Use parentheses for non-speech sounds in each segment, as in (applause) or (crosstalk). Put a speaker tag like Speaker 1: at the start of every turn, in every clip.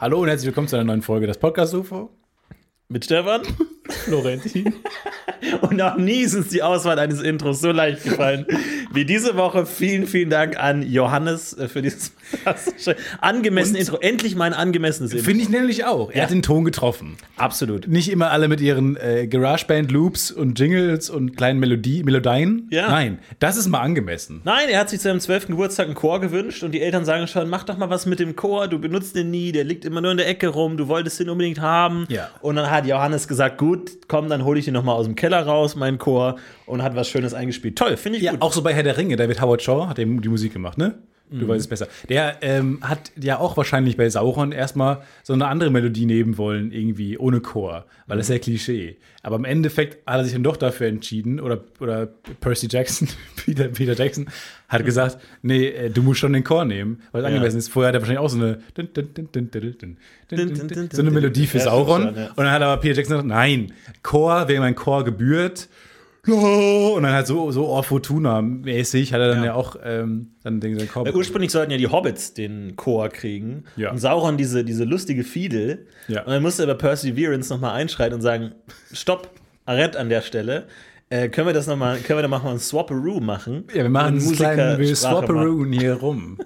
Speaker 1: Hallo und herzlich willkommen zu einer neuen Folge des Podcast UFO. (laughs)
Speaker 2: Mit Stefan?
Speaker 1: Florentin.
Speaker 2: (laughs) Und noch nie ist uns die Auswahl eines Intros so leicht gefallen wie diese Woche. Vielen, vielen Dank an Johannes äh, für dieses (laughs) angemessene Intro. Endlich mal ein angemessenes Intro.
Speaker 1: Finde ich nämlich auch. Er hat den Ton getroffen.
Speaker 2: Absolut.
Speaker 1: Nicht immer alle mit ihren äh, Garageband-Loops und Jingles und kleinen Melodie Melodien.
Speaker 2: Ja.
Speaker 1: Nein, das ist mal angemessen.
Speaker 2: Nein, er hat sich zu seinem 12. Geburtstag einen Chor gewünscht und die Eltern sagen schon, mach doch mal was mit dem Chor, du benutzt den nie, der liegt immer nur in der Ecke rum, du wolltest den unbedingt haben.
Speaker 1: Ja.
Speaker 2: Und dann hat Johannes gesagt, gut, komm, dann hole ich den nochmal aus dem Keller raus, meinen Chor, und hat was Schönes eingespielt. Toll, finde ich
Speaker 1: Ja,
Speaker 2: gut. Mhm.
Speaker 1: auch so bei Herr der Ringe, David Howard Shaw hat eben die Musik gemacht, ne? Du weißt es besser. Der ähm, hat ja auch wahrscheinlich bei Sauron erstmal so eine andere Melodie nehmen wollen, irgendwie ohne Chor, weil
Speaker 2: Mhm.
Speaker 1: das ist ja Klischee. Aber im Endeffekt hat er sich dann doch dafür entschieden, oder, oder Percy Jackson, (laughs) Peter, Peter Jackson, hat gesagt: Nee, äh, du musst schon den Chor nehmen, weil es
Speaker 2: Ja.
Speaker 1: angemessen ist. Vorher hat er wahrscheinlich auch so eine, so eine Melodie für
Speaker 2: Ja, stimmt
Speaker 1: Sauron.
Speaker 2: schon, ja.
Speaker 1: Und dann hat aber Peter Jackson gesagt, nein, Chor, wem ein Chor gebührt. No! Und dann halt so, so Or Fortuna-mäßig hat er dann ja,
Speaker 2: Ja.
Speaker 1: auch ähm, dann den, den Chor
Speaker 2: Weil ursprünglich sollten ja die Hobbits den Chor kriegen
Speaker 1: Ja.
Speaker 2: und Sauron diese, diese lustige Fiedel.
Speaker 1: Ja.
Speaker 2: Und dann musste aber Perseverance nochmal einschreiten und sagen: Stopp, Arrett an der Stelle. Äh, können wir das nochmal, können wir da mal einen Swapperoo machen?
Speaker 1: Ja, wir machen
Speaker 2: Und
Speaker 1: einen kleinen wir
Speaker 2: Musikersprache machen.
Speaker 1: Swapperoon hier
Speaker 2: (laughs)
Speaker 1: rum.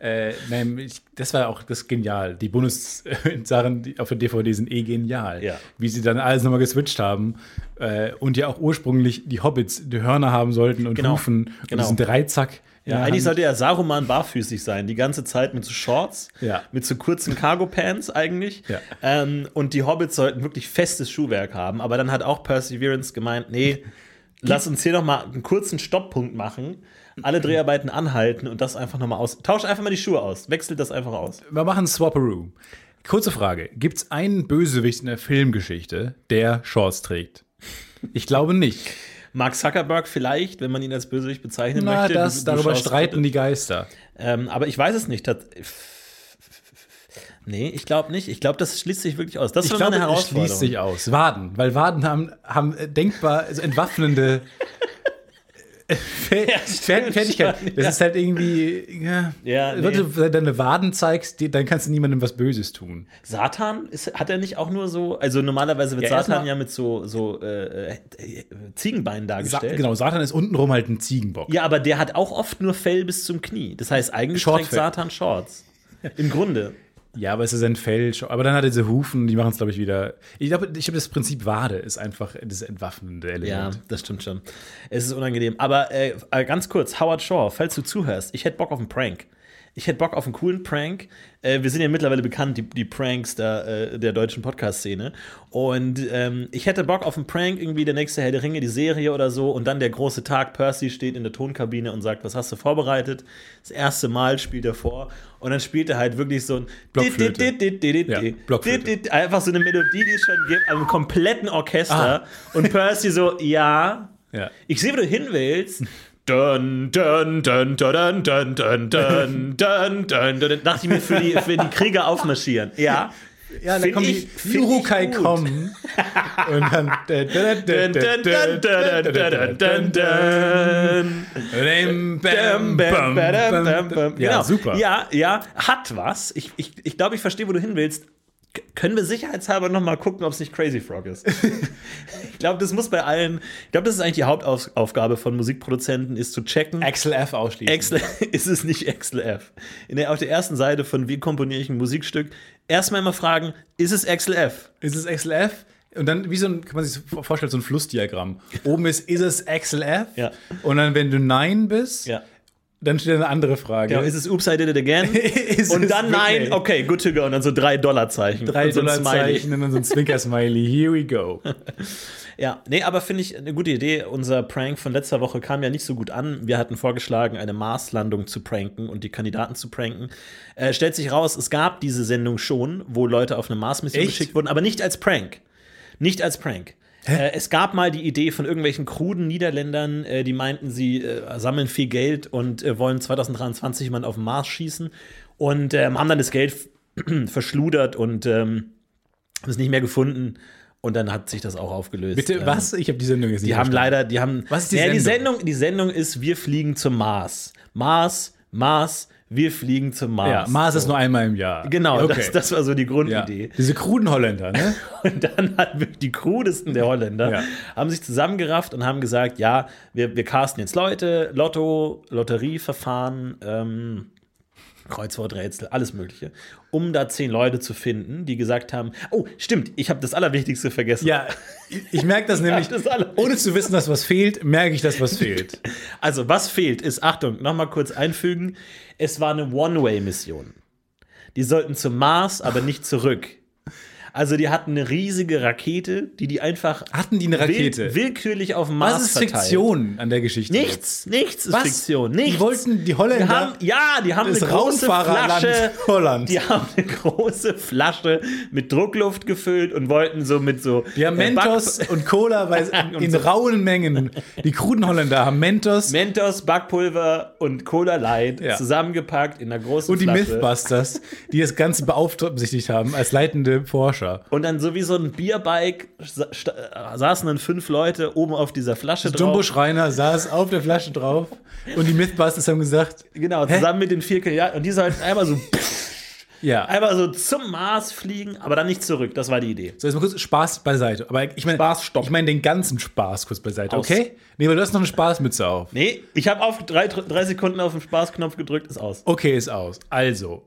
Speaker 1: äh, nein, ich, das war auch das ist genial. Die (laughs) Bonus-Sachen die auf der DVD sind eh genial.
Speaker 2: Ja.
Speaker 1: Wie sie dann alles nochmal geswitcht haben äh, und ja auch ursprünglich die Hobbits die Hörner haben sollten und
Speaker 2: Genau,
Speaker 1: rufen
Speaker 2: genau.
Speaker 1: und diesen Dreizack. in
Speaker 2: Ja,
Speaker 1: der
Speaker 2: eigentlich
Speaker 1: Hand.
Speaker 2: sollte ja Saruman barfüßig sein, die ganze Zeit mit so Shorts,
Speaker 1: Ja.
Speaker 2: mit so kurzen Cargo-Pants eigentlich.
Speaker 1: Ja.
Speaker 2: Ähm, und die Hobbits sollten wirklich festes Schuhwerk haben. Aber dann hat auch Perseverance
Speaker 1: (laughs)
Speaker 2: gemeint, nee, lass uns hier noch mal einen kurzen Stopppunkt machen, alle Dreharbeiten anhalten und das einfach noch mal aus. Tausch einfach mal die Schuhe aus, wechselt das einfach aus.
Speaker 1: Wir machen Swapperoo. Kurze Frage: Gibt es einen Bösewicht in der Filmgeschichte, der Shorts trägt? Ich glaube nicht.
Speaker 2: Mark Zuckerberg vielleicht, wenn man ihn als Bösewicht bezeichnen
Speaker 1: Na,
Speaker 2: möchte.
Speaker 1: das,
Speaker 2: Du- du
Speaker 1: darüber
Speaker 2: schaust-
Speaker 1: streiten die Geister.
Speaker 2: Ähm, aber ich weiß es nicht. Das, nee, ich glaube nicht. Ich glaube, das schließt sich wirklich aus. Das
Speaker 1: Ich
Speaker 2: war meine
Speaker 1: glaube, es
Speaker 2: Herausforderung.
Speaker 1: schließt sich aus. Waden, weil Waden haben, haben äh, denkbar also entwaffnende
Speaker 2: (laughs)
Speaker 1: Fä- Fä-
Speaker 2: stimmt schon,
Speaker 1: Fertigkeit. Das
Speaker 2: ja.
Speaker 1: ist halt irgendwie. Ja,
Speaker 2: Ja, nee.
Speaker 1: Wenn du deine Waden zeigst, die- dann kannst du niemandem was Böses tun.
Speaker 2: Satan, ist, hat er nicht auch nur so, also normalerweise wird
Speaker 1: Ja,
Speaker 2: Satan
Speaker 1: erstmal-
Speaker 2: ja mit so, so äh, äh, Ziegenbeinen
Speaker 1: Sa
Speaker 2: dargestellt.
Speaker 1: genau, Satan ist untenrum halt ein Ziegenbock.
Speaker 2: Ja, aber der hat auch oft nur Fell bis zum Knie. Das heißt, eigentlich
Speaker 1: Short
Speaker 2: trägt
Speaker 1: Fell. (laughs)
Speaker 2: Satan Shorts. Im Grunde.
Speaker 1: Ja, aber es ist ein Fell. schon. Aber dann hat er diese Hufen, die machen es, glaube ich, wieder. Ich glaube, ich glaub, das Prinzip Wade ist einfach das entwaffnende
Speaker 2: Ja,
Speaker 1: Element.
Speaker 2: das stimmt schon. Es ist unangenehm. Aber äh, äh, ganz kurz, Howard Shaw, falls du zuhörst, ich hätte Bock auf einen Prank. Ich hätte Bock auf einen coolen Prank. Äh, wir sind ja mittlerweile bekannt, die, die Pranks der, äh, der deutschen Podcast-Szene. Und ähm, ich hätte Bock auf einen Prank, irgendwie der nächste Herr der Ringe, die Serie oder so. Und dann der große Tag, Percy steht in der Tonkabine und sagt, was hast du vorbereitet? Das erste Mal spielt er vor. Und dann spielt er halt wirklich so ein
Speaker 1: Blockflöte. Ja, Blockflöte.
Speaker 2: Blockflöte. Einfach so eine Melodie, die es schon gibt, am kompletten Orchester.
Speaker 1: Ah.
Speaker 2: Und Percy so, ja,
Speaker 1: Ja.
Speaker 2: ich sehe, wo du hin willst. Dun, dun, dun, dun, dun, dun, dun, dun, dun, dun, dun. Dachte ich mir, für die, für die Krieger aufmarschieren. Ja.
Speaker 1: Ja, dann
Speaker 2: Find
Speaker 1: kommen
Speaker 2: ich-
Speaker 1: die
Speaker 2: find ich
Speaker 1: Jurukai
Speaker 2: gut.
Speaker 1: kommen. Und dann.
Speaker 2: (laughs) Dun, dun, dun, dun, dun, dun, dun.
Speaker 1: Bam,
Speaker 2: Bam,
Speaker 1: bam,
Speaker 2: bam, badam, bam, bam.
Speaker 1: Ja,
Speaker 2: Genau.
Speaker 1: super.
Speaker 2: Ja, ja, hat was. Ich, ich, ich glaube, ich verstehe, wo du hin willst. K können wir sicherheitshalber noch mal gucken, ob es nicht Crazy
Speaker 1: (laughs)
Speaker 2: Frog ist. ich glaube, das muss bei allen. Ich glaube, das ist eigentlich die Hauptaufgabe von Musikproduzenten, ist zu checken.
Speaker 1: Axel F. ausschließen.
Speaker 2: Excel (laughs) ist es nicht Excel F. In der, auf der ersten Seite von Wie komponiere ich ein Musikstück? Erstmal immer fragen, ist es Excel F?
Speaker 1: Ist es Axel F? Und dann, wie so ein, kann man sich so vorstellen, so ein Flussdiagramm. Oben ist, ist es Axel F?
Speaker 2: Ja.
Speaker 1: Und dann, wenn du Nein bist,
Speaker 2: Ja.
Speaker 1: dann steht eine andere Frage.
Speaker 2: Genau, ist es Oops, I did it again?
Speaker 1: (laughs) Ist
Speaker 2: Und
Speaker 1: es
Speaker 2: dann nein,
Speaker 1: wirklich?
Speaker 2: okay, good to go. Und dann so drei Dollarzeichen.
Speaker 1: drei
Speaker 2: und so ein Smiley.
Speaker 1: Dollarzeichen und dann so ein Zwinker-Smiley. Here we
Speaker 2: (laughs)
Speaker 1: go.
Speaker 2: Ja, nee, aber finde ich eine gute Idee. Unser Prank von letzter Woche kam ja nicht so gut an. Wir hatten vorgeschlagen, eine Marslandung zu pranken und die Kandidaten zu pranken. Äh, stellt sich raus, es gab diese Sendung schon, wo Leute auf eine Marsmission
Speaker 1: Echt?
Speaker 2: geschickt wurden, aber nicht als Prank. Nicht als Prank. Äh, es gab mal die Idee von irgendwelchen kruden Niederländern, äh, die meinten, sie äh, sammeln viel Geld und äh, wollen 2023 jemanden auf den Mars schießen und ähm, haben dann das Geld verschludert und ähm, es nicht mehr gefunden. Und dann hat sich das auch aufgelöst.
Speaker 1: Bitte,
Speaker 2: Ähm,
Speaker 1: was? Ich habe die Sendung jetzt nicht
Speaker 2: Die haben
Speaker 1: verstanden.
Speaker 2: leider, die haben.
Speaker 1: Was ist die
Speaker 2: Naja,
Speaker 1: Sendung?
Speaker 2: Die Sendung? Die Sendung ist, wir fliegen zum Mars. Mars, Mars, wir fliegen zum
Speaker 1: Ja,
Speaker 2: Mars.
Speaker 1: Mars
Speaker 2: so.
Speaker 1: ist nur einmal im Jahr.
Speaker 2: Genau,
Speaker 1: okay.
Speaker 2: das, das war so die
Speaker 1: ja.
Speaker 2: Grundidee.
Speaker 1: Diese kruden Holländer,
Speaker 2: (laughs)
Speaker 1: ne?
Speaker 2: Und dann hat wirklich die krudesten der Holländer
Speaker 1: Ja.
Speaker 2: haben sich zusammengerafft und haben gesagt, ja, wir, wir casten jetzt Leute, Lotto, Lotterieverfahren, ähm, Kreuzworträtsel, alles Mögliche, um da zehn Leute zu finden, die gesagt haben, oh, stimmt, ich habe das Allerwichtigste vergessen.
Speaker 1: ja, ich- ich merke das nämlich.
Speaker 2: das alle-
Speaker 1: ohne zu wissen, dass was fehlt, merke ich, dass
Speaker 2: (laughs)
Speaker 1: was fehlt.
Speaker 2: Also, was fehlt ist, Achtung, nochmal kurz einfügen, es war eine One-Way-Mission. Die sollten zum Mars, aber nicht zurück. Also, die hatten eine riesige Rakete, die die einfach
Speaker 1: Hatten die eine Rakete?
Speaker 2: Will willkürlich auf dem Mars
Speaker 1: was ist
Speaker 2: verteilt.
Speaker 1: Fiktion an der Geschichte? jetzt?
Speaker 2: Nichts, nichts ist
Speaker 1: Was?
Speaker 2: Fiktion. Nichts.
Speaker 1: Die wollten die Holländer.
Speaker 2: die haben, ja, die haben eine
Speaker 1: das
Speaker 2: große Flasche.
Speaker 1: Raumfahrerland (laughs) Holland.
Speaker 2: Die haben eine große Flasche mit Druckluft gefüllt und wollten so mit so.
Speaker 1: Wir haben
Speaker 2: äh,
Speaker 1: Mentos
Speaker 2: (laughs) Back-
Speaker 1: und Cola bei, in,
Speaker 2: Und
Speaker 1: in
Speaker 2: so.
Speaker 1: rauen Mengen. Die kruden Holländer haben Mentos
Speaker 2: Mentos, Backpulver und Cola Light
Speaker 1: Ja.
Speaker 2: zusammengepackt in einer großen
Speaker 1: und die
Speaker 2: Flasche.
Speaker 1: Mythbusters, die das Ganze beaufsichtigt haben als leitende Forscher.
Speaker 2: Und dann so wie so ein Bierbike sa sta- äh, saßen dann fünf Leute oben auf dieser Flasche drauf.
Speaker 1: Jumbo Schreiner saß auf der Flasche drauf und die Mythbusters haben gesagt,
Speaker 2: Genau, zusammen mit den vier Kandidaten. Und die sollten einmal so,
Speaker 1: ja.
Speaker 2: einmal so zum Mars fliegen, aber dann nicht zurück. Das war die Idee.
Speaker 1: So, jetzt mal kurz Spaß beiseite. Aber ich meine,
Speaker 2: Spaß, stopp.
Speaker 1: ich meine den ganzen Spaß kurz beiseite,
Speaker 2: Aus.
Speaker 1: okay? Nee, weil du hast noch eine Spaßmütze auf.
Speaker 2: Nee, ich habe auf drei, drei Sekunden auf den Spaßknopf gedrückt, ist aus.
Speaker 1: Okay, ist aus. Also,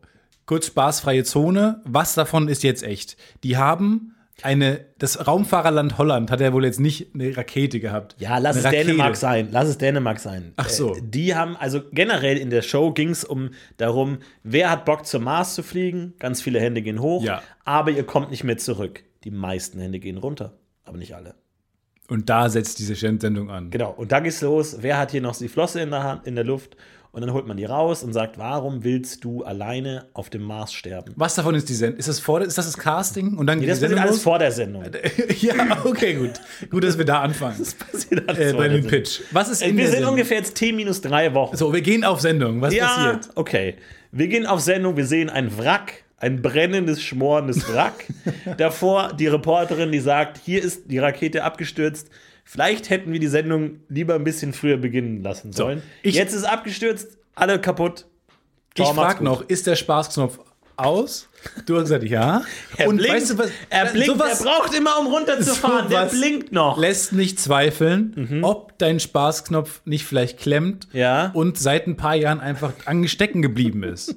Speaker 1: kurz spaßfreie Zone. Was davon ist jetzt echt? Die haben eine, das Raumfahrerland Holland hat ja wohl jetzt nicht eine Rakete gehabt.
Speaker 2: Ja, lass
Speaker 1: eine
Speaker 2: es Dänemark sein. Lass es Dänemark sein. Ach
Speaker 1: so.
Speaker 2: die haben, also generell in der Show ging es um darum, wer hat Bock zum Mars zu fliegen? Ganz viele Hände gehen hoch,
Speaker 1: Ja.
Speaker 2: aber ihr kommt nicht mehr zurück. Die meisten Hände gehen runter, aber nicht alle.
Speaker 1: Und da setzt diese Sendung an.
Speaker 2: Genau, und dann geht's los. Wer hat hier noch die Flosse in der Hand, in der Luft? Und dann holt man die raus und sagt, warum willst du alleine auf dem Mars sterben?
Speaker 1: Was davon ist die Sendung? Ist das, vor, ist das das Casting? Und dann
Speaker 2: Nee,
Speaker 1: geht
Speaker 2: das
Speaker 1: die
Speaker 2: passiert
Speaker 1: Sendung
Speaker 2: alles
Speaker 1: los?
Speaker 2: vor der Sendung.
Speaker 1: (laughs) ja, okay, gut. Gut, dass wir da
Speaker 2: (laughs)
Speaker 1: anfangen.
Speaker 2: Das passiert alles
Speaker 1: äh,
Speaker 2: vor
Speaker 1: bei
Speaker 2: der
Speaker 1: dem
Speaker 2: Sendung.
Speaker 1: Pitch. Was ist
Speaker 2: Äh,
Speaker 1: in
Speaker 2: Wir
Speaker 1: der
Speaker 2: sind
Speaker 1: Sendung?
Speaker 2: ungefähr jetzt T minus drei Wochen.
Speaker 1: so, wir gehen auf Sendung. Was
Speaker 2: ja,
Speaker 1: passiert?
Speaker 2: okay. Wir gehen auf Sendung, wir sehen ein Wrack, ein brennendes, schmorendes
Speaker 1: (laughs)
Speaker 2: Wrack. Davor die Reporterin, die sagt, hier ist die Rakete abgestürzt. Vielleicht hätten wir die Sendung lieber ein bisschen früher beginnen lassen sollen.
Speaker 1: ich-
Speaker 2: jetzt ist abgestürzt, alle kaputt.
Speaker 1: Ich
Speaker 2: Ciao, macht's
Speaker 1: frage
Speaker 2: gut.
Speaker 1: noch, ist der Spaßknopf aus? Du hast gesagt, ja.
Speaker 2: Er blinkt, er, blinkt
Speaker 1: sowas-
Speaker 2: er braucht immer, um runterzufahren. Der
Speaker 1: Sowas
Speaker 2: blinkt noch.
Speaker 1: Lässt nicht zweifeln, ob dein Spaßknopf nicht vielleicht klemmt
Speaker 2: Mhm. Ja.
Speaker 1: und seit ein paar Jahren einfach angestecken geblieben ist.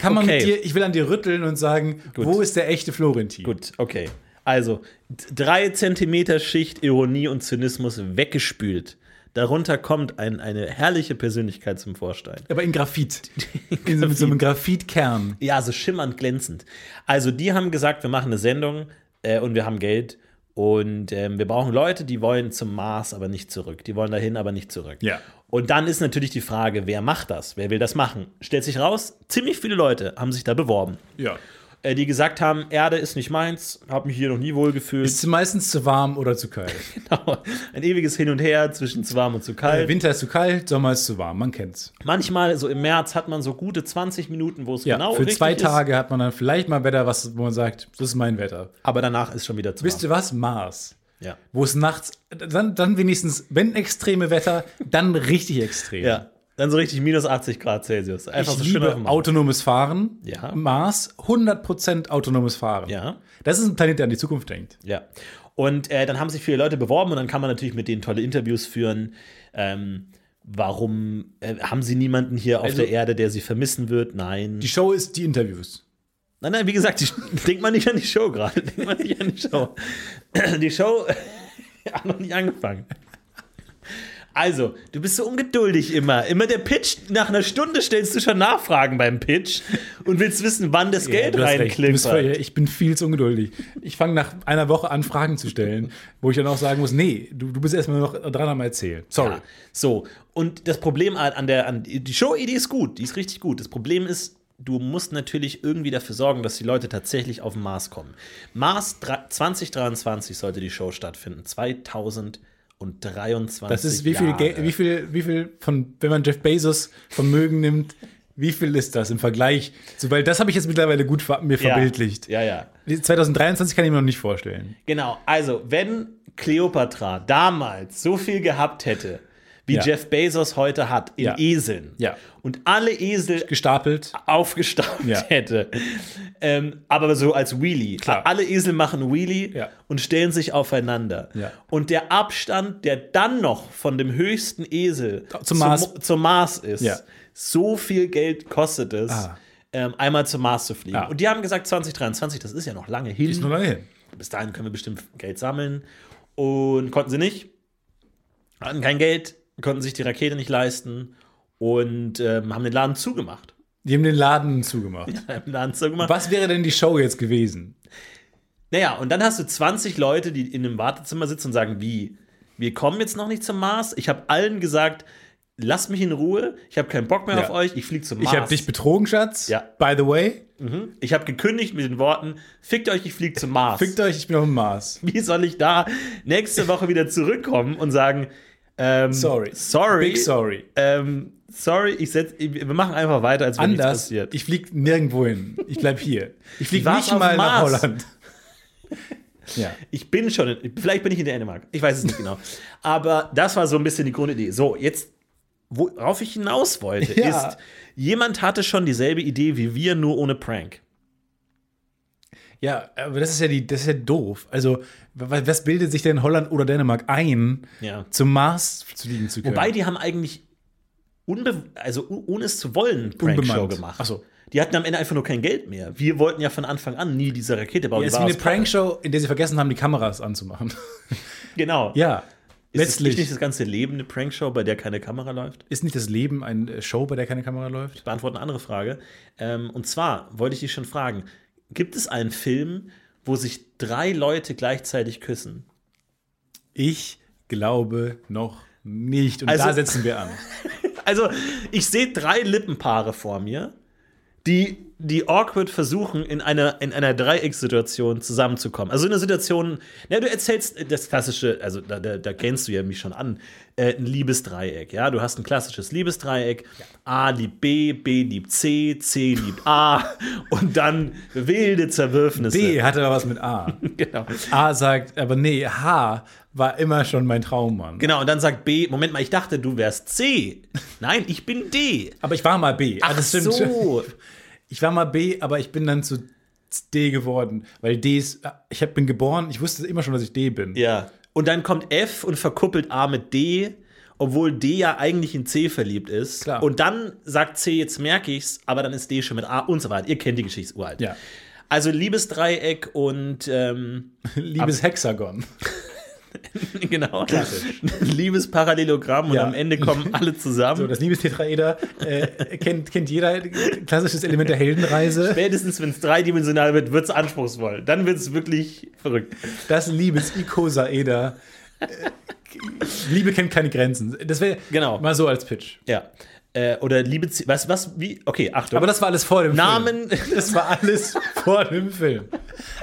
Speaker 1: Kann man
Speaker 2: Okay.
Speaker 1: mit dir, ich will an dir rütteln und sagen, wo ist der echte Florentin?
Speaker 2: Gut, okay. Also, d- drei Zentimeter Schicht Ironie und Zynismus weggespült. Darunter kommt ein, eine herrliche Persönlichkeit zum Vorstein.
Speaker 1: Aber in Graphit.
Speaker 2: (laughs)
Speaker 1: in so, mit so einem Graphitkern.
Speaker 2: Ja, so schimmernd glänzend. Also, die haben gesagt, wir machen eine Sendung äh, und wir haben Geld. Und ähm, wir brauchen Leute, die wollen zum Mars, aber nicht zurück. Die wollen dahin, aber nicht zurück.
Speaker 1: Ja.
Speaker 2: Und dann ist natürlich die Frage, wer macht das? Wer will das machen? Stellt sich raus, ziemlich viele Leute haben sich da beworben.
Speaker 1: Ja.
Speaker 2: äh, die gesagt haben, Erde ist nicht meins, habe mich hier noch nie
Speaker 1: (laughs)
Speaker 2: wohlgefühlt.
Speaker 1: Ist meistens zu warm oder zu kalt.
Speaker 2: Genau. Ein ewiges Hin und Her zwischen zu warm und zu kalt.
Speaker 1: Winter ist zu kalt, Sommer ist zu warm, man kennt's.
Speaker 2: Manchmal, so im März, hat man so gute 20 Minuten, wo es
Speaker 1: Ja,
Speaker 2: genau
Speaker 1: für
Speaker 2: richtig
Speaker 1: zwei
Speaker 2: ist,
Speaker 1: Tage hat man dann vielleicht mal Wetter, was, wo man sagt, das ist mein Wetter.
Speaker 2: aber danach ist schon wieder zu
Speaker 1: Wisst
Speaker 2: warm.
Speaker 1: ihr was? Mars.
Speaker 2: Ja.
Speaker 1: Wo es nachts, dann, dann wenigstens, wenn extreme Wetter, dann richtig extrem.
Speaker 2: ja, dann so richtig minus 80 Grad Celsius. Einfach
Speaker 1: Ich
Speaker 2: so schön auf
Speaker 1: liebe
Speaker 2: dem Auto.
Speaker 1: autonomes Fahren.
Speaker 2: Ja.
Speaker 1: Mars, 100% autonomes Fahren.
Speaker 2: Ja.
Speaker 1: Das ist ein Planet, der an die Zukunft denkt.
Speaker 2: Ja. Und äh, dann haben sich viele Leute beworben und dann kann man natürlich mit denen tolle Interviews führen. Ähm, warum äh, haben sie niemanden hier auf
Speaker 1: Also-
Speaker 2: der Erde, der sie vermissen wird? Nein.
Speaker 1: Die Show ist die Interviews.
Speaker 2: Nein, nein, wie gesagt, die, (laughs) denkt man nicht an die Show gerade. (laughs) Denkt man nicht an die Show. (clears throat) Die Show (laughs) hat noch nicht angefangen. Also, du bist so ungeduldig immer. Immer der Pitch, nach einer Stunde stellst du schon Nachfragen beim Pitch und willst wissen, wann das Geld
Speaker 1: du hast recht. Du bist
Speaker 2: reinklimpert.
Speaker 1: voll- Ich bin viel zu ungeduldig. Ich fange nach einer Woche an, Fragen zu stellen, wo ich dann auch sagen muss, nee, du, du bist erstmal noch dran am Erzählen. Sorry.
Speaker 2: Ja, so, und das Problem an an der, an die Show-Idee ist gut, die ist richtig gut. Das Problem ist, du musst natürlich irgendwie dafür sorgen, dass die Leute tatsächlich auf den Mars kommen. Mars dra- 2023 sollte die Show stattfinden. 2023.
Speaker 1: Das ist, wie viel,
Speaker 2: Jahre.
Speaker 1: Geld- wie viel, wie viel von, wenn man Jeff Bezos Vermögen nimmt, wie viel ist das im Vergleich? So, weil das habe ich jetzt mittlerweile gut ver mir verbildlicht.
Speaker 2: Ja, ja.
Speaker 1: 2023 kann ich mir noch nicht vorstellen.
Speaker 2: Genau, also wenn Cleopatra damals so viel gehabt hätte, wie
Speaker 1: Ja.
Speaker 2: Jeff Bezos heute hat, in
Speaker 1: Ja.
Speaker 2: Eseln.
Speaker 1: Ja.
Speaker 2: Und alle Esel
Speaker 1: Gestapelt.
Speaker 2: aufgestaubt
Speaker 1: Ja.
Speaker 2: hätte. Ähm, aber so als Wheelie.
Speaker 1: Klar.
Speaker 2: Alle Esel machen Wheelie
Speaker 1: Ja.
Speaker 2: und stellen sich aufeinander.
Speaker 1: Ja.
Speaker 2: Und der Abstand, der dann noch von dem höchsten Esel
Speaker 1: Zum Mars.
Speaker 2: zum Mars ist,
Speaker 1: Ja.
Speaker 2: so viel Geld kostet es,
Speaker 1: Ah.
Speaker 2: ähm, einmal zum Mars zu fliegen.
Speaker 1: Ja.
Speaker 2: Und die haben gesagt, 2023, das ist ja noch lange hin.
Speaker 1: Ist nur lange hin.
Speaker 2: Bis dahin können wir bestimmt Geld sammeln. Und konnten sie nicht. Hatten kein Geld, konnten sich die Rakete nicht leisten und ähm, haben den Laden zugemacht. (laughs)
Speaker 1: Die haben den Laden zugemacht.
Speaker 2: Im Laden zugemacht.
Speaker 1: Was wäre denn die Show jetzt gewesen?
Speaker 2: Naja, und dann hast du 20 Leute, die in einem Wartezimmer sitzen und sagen, wie, wir kommen jetzt noch nicht zum Mars. Ich habe allen gesagt, lasst mich in Ruhe, ich habe keinen Bock mehr
Speaker 1: Ja.
Speaker 2: auf euch, ich fliege zum
Speaker 1: Ich
Speaker 2: Mars.
Speaker 1: habe dich betrogen, Schatz.
Speaker 2: Ja.
Speaker 1: By the way,
Speaker 2: mhm. Ich habe gekündigt mit den Worten, fickt euch, ich fliege zum Mars.
Speaker 1: fickt euch, ich bin auf dem Mars.
Speaker 2: (laughs) wie soll ich da nächste Woche wieder zurückkommen und sagen, ähm,
Speaker 1: Sorry.
Speaker 2: sorry,
Speaker 1: Big sorry.
Speaker 2: ähm, sorry, ich setz, wir machen einfach weiter, als wenn nichts
Speaker 1: Anders,
Speaker 2: passiert.
Speaker 1: ich flieg nirgendwo hin. Ich bleib
Speaker 2: (laughs)
Speaker 1: hier. Ich flieg
Speaker 2: war's
Speaker 1: nicht
Speaker 2: auf
Speaker 1: mal
Speaker 2: dem
Speaker 1: nach
Speaker 2: Mars. (laughs)
Speaker 1: Holland. ja.
Speaker 2: Ich bin schon, in, vielleicht bin ich in Dänemark. Ich weiß es
Speaker 1: (laughs)
Speaker 2: nicht genau. Aber das war so ein bisschen die Grundidee. So, jetzt, worauf ich hinaus wollte,
Speaker 1: (laughs) Ja.
Speaker 2: ist, jemand hatte schon dieselbe Idee wie wir, nur ohne Prank.
Speaker 1: Ja, aber das ist ja die, das ist ja doof. Also, wa- was bildet sich denn Holland oder Dänemark ein,
Speaker 2: Ja.
Speaker 1: zum Mars fliegen zu können?
Speaker 2: Wobei, die haben eigentlich, unbe also un- ohne es zu wollen, Prankshow
Speaker 1: Unbemannt.
Speaker 2: gemacht.
Speaker 1: Ach so.
Speaker 2: Die hatten am Ende einfach nur kein Geld mehr. Wir wollten ja von Anfang an nie diese Rakete bauen.
Speaker 1: ja,
Speaker 2: Die
Speaker 1: es ist
Speaker 2: war
Speaker 1: wie eine
Speaker 2: aus Pappe.
Speaker 1: Prankshow, in der sie vergessen haben, die Kameras anzumachen.
Speaker 2: Genau.
Speaker 1: ja,
Speaker 2: Ist das
Speaker 1: letztlich
Speaker 2: nicht das ganze Leben eine Prankshow, bei der keine Kamera läuft?
Speaker 1: ist nicht das Leben eine Show, bei der keine Kamera läuft?
Speaker 2: beantworte eine andere Frage. Ähm, und zwar wollte ich dich schon fragen: Gibt es einen Film, wo sich drei Leute gleichzeitig küssen?
Speaker 1: Ich glaube noch nicht. Und
Speaker 2: Also-
Speaker 1: da setzen wir
Speaker 2: (laughs)
Speaker 1: an.
Speaker 2: Also, ich sehe drei Lippenpaare vor mir, die, die awkward versuchen, in einer, in einer Dreieckssituation zusammenzukommen. Also in einer Situation, na, du erzählst das klassische, also da, da, da kennst du ja mich schon an, äh, ein Liebesdreieck, ja. Du hast ein klassisches Liebesdreieck. A liebt B, B liebt C, C liebt A (laughs) und dann wilde Zerwürfnisse.
Speaker 1: B hatte aber was mit A. (laughs)
Speaker 2: Genau.
Speaker 1: A sagt, aber nee, H war immer schon mein Traummann.
Speaker 2: Genau, und dann sagt B, Moment mal, ich dachte, du wärst C. Nein, ich bin D.
Speaker 1: Aber ich war mal B. Ah,
Speaker 2: Ach
Speaker 1: das stimmt.
Speaker 2: so.
Speaker 1: Ich war mal B, aber ich bin dann zu D geworden. Weil D ist, ich hab, bin geboren, ich wusste immer schon, dass ich D bin.
Speaker 2: Ja. Und dann kommt F und verkuppelt A mit D, obwohl D ja eigentlich in C verliebt ist.
Speaker 1: Klar.
Speaker 2: Und dann sagt C, jetzt merke ich's, aber dann ist D schon mit A und so weiter. Ihr kennt die Geschichtsuhr halt.
Speaker 1: Ja.
Speaker 2: Also Liebesdreieck und ähm,
Speaker 1: (laughs)
Speaker 2: (laughs)
Speaker 1: Liebes Hexagon.
Speaker 2: genau. (laughs) Liebesparallelogramm und
Speaker 1: Ja.
Speaker 2: am
Speaker 1: (laughs)
Speaker 2: Ende kommen alle zusammen.
Speaker 1: So, das Liebestetraeder äh, kennt, kennt jeder klassisches Element der Heldenreise.
Speaker 2: Spätestens, wenn es dreidimensional wird, wird es anspruchsvoll. Dann wird es wirklich verrückt.
Speaker 1: Das Liebes Icosaeder. Äh, Liebe kennt keine Grenzen. Das wäre
Speaker 2: Genau.
Speaker 1: mal so als Pitch.
Speaker 2: Ja. Äh, oder Liebe, was, was, wie? Okay, Achtung.
Speaker 1: Aber das war alles vor dem
Speaker 2: Namen,
Speaker 1: Film. (laughs) Das war alles vor dem Film.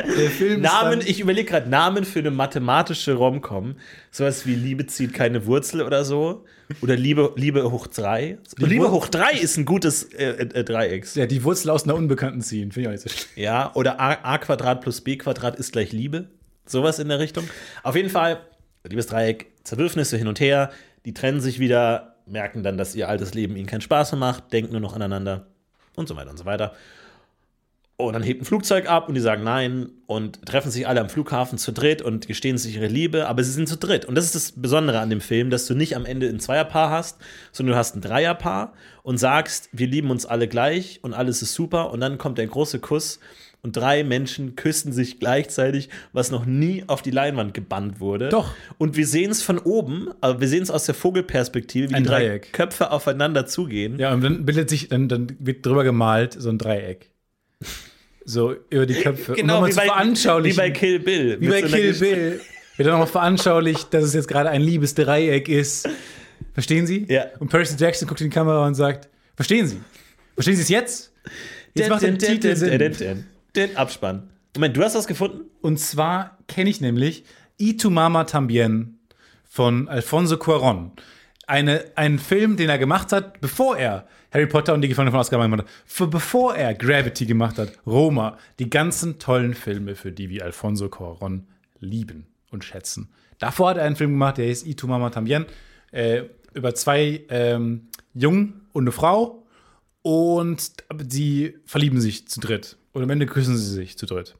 Speaker 1: Der Film
Speaker 2: (laughs) Namen,
Speaker 1: ist dann,
Speaker 2: ich überlege gerade Namen für eine mathematische Romcom. Sowas wie Liebe zieht keine Wurzel oder so. Oder Liebe, Liebe hoch drei. Liebe hoch drei ist ein gutes äh, äh, Dreiecks.
Speaker 1: ja, die Wurzel aus einer Unbekannten ziehen. Finde ich auch nicht so schlimm.
Speaker 2: Ja, oder a, a Quadrat plus b Quadrat ist gleich Liebe. Sowas in der Richtung. Auf jeden Fall, Liebesdreieck, Zerwürfnisse hin und her. Die trennen sich wieder, merken dann, dass ihr altes Leben ihnen keinen Spaß mehr macht, denken nur noch aneinander und so weiter und so weiter. Und dann hebt ein Flugzeug ab und die sagen nein und treffen sich alle am Flughafen zu dritt und gestehen sich ihre Liebe, aber sie sind zu dritt. Und das ist das Besondere an dem Film, dass du nicht am Ende ein Zweierpaar hast, sondern du hast ein Dreierpaar und sagst, wir lieben uns alle gleich und alles ist super. Und dann kommt der große Kuss und drei Menschen küssen sich gleichzeitig, was noch nie auf die Leinwand gebannt wurde.
Speaker 1: Doch.
Speaker 2: Und wir sehen es von oben, aber wir sehen es aus der Vogelperspektive, wie
Speaker 1: Ein
Speaker 2: die drei
Speaker 1: Dreieck.
Speaker 2: Köpfe aufeinander zugehen.
Speaker 1: Ja, und dann bildet sich, dann, dann wird drüber gemalt so ein Dreieck. So über die Köpfe. um nochmal zu
Speaker 2: Genau, wie
Speaker 1: veranschaulichen.
Speaker 2: bei Kill Bill.
Speaker 1: Wie
Speaker 2: Mit
Speaker 1: bei
Speaker 2: so einer
Speaker 1: Kill
Speaker 2: Gesch-
Speaker 1: Bill wird dann nochmal veranschaulicht, dass es jetzt gerade ein liebes Dreieck ist. Verstehen Sie?
Speaker 2: Ja.
Speaker 1: Und Percy Jackson guckt in die Kamera und sagt: Verstehen Sie? Verstehen Sie es jetzt? Jetzt macht den Titel Sinn.
Speaker 2: Den Abspann. Moment, du hast was gefunden?
Speaker 1: Und zwar kenne ich nämlich I tu Mama Tambien von Alfonso Cuaron. Eine, einen Film, den er gemacht hat, bevor er Harry Potter und die Gefangenen von Azkaban gemacht hat. Für, bevor er Gravity gemacht hat, Roma, die ganzen tollen Filme, für die wir Alfonso Cuaron lieben und schätzen. Davor hat er einen Film gemacht, der hieß I tu Mama Tambien. Äh, über zwei ähm, Jungen und eine Frau und die verlieben sich zu dritt. Und am Ende küssen sie sich zu dritt.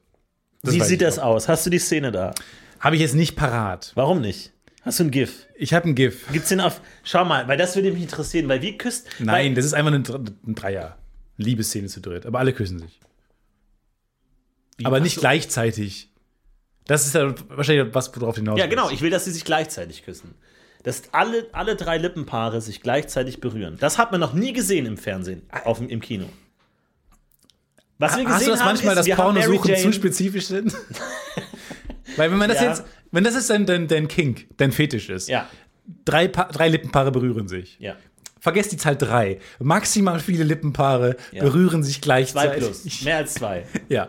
Speaker 2: Wie
Speaker 1: weiß
Speaker 2: sieht
Speaker 1: ich
Speaker 2: das aus? Hast du die Szene da?
Speaker 1: Habe ich jetzt nicht parat.
Speaker 2: Warum nicht? Hast du ein GIF?
Speaker 1: Ich habe ein GIF.
Speaker 2: Gibt's den auf. Schau mal, weil das würde mich interessieren, weil wie küsst.
Speaker 1: Nein, das ist einfach ein, Dr- ein Dreier. Eine Liebesszene zu dritt. Aber alle küssen sich. Aber nicht gleichzeitig. Das ist ja wahrscheinlich was, worauf du hinaus
Speaker 2: Ja, genau.
Speaker 1: willst.
Speaker 2: Ich will, dass sie sich gleichzeitig küssen. Dass alle, alle drei Lippenpaare sich gleichzeitig berühren. Das hat man noch nie gesehen im Fernsehen, auf, dem- im Kino. Was wir gesehen
Speaker 1: Hast du das
Speaker 2: haben,
Speaker 1: manchmal,
Speaker 2: ist,
Speaker 1: dass
Speaker 2: wir haben Mary
Speaker 1: Pornosuchen zu
Speaker 2: Jane-
Speaker 1: spezifisch
Speaker 2: (laughs)
Speaker 1: sind? Weil wenn man das
Speaker 2: Ja.
Speaker 1: jetzt, wenn das jetzt dein, dein, dein Kink, dein Fetisch ist,
Speaker 2: Ja,
Speaker 1: drei, Pa- drei Lippenpaare berühren sich.
Speaker 2: ja.
Speaker 1: Vergesst die Zahl drei. Maximal viele Lippenpaare
Speaker 2: Ja.
Speaker 1: berühren sich
Speaker 2: Zwei
Speaker 1: gleichzeitig.
Speaker 2: plus. Mehr als zwei.
Speaker 1: Ja.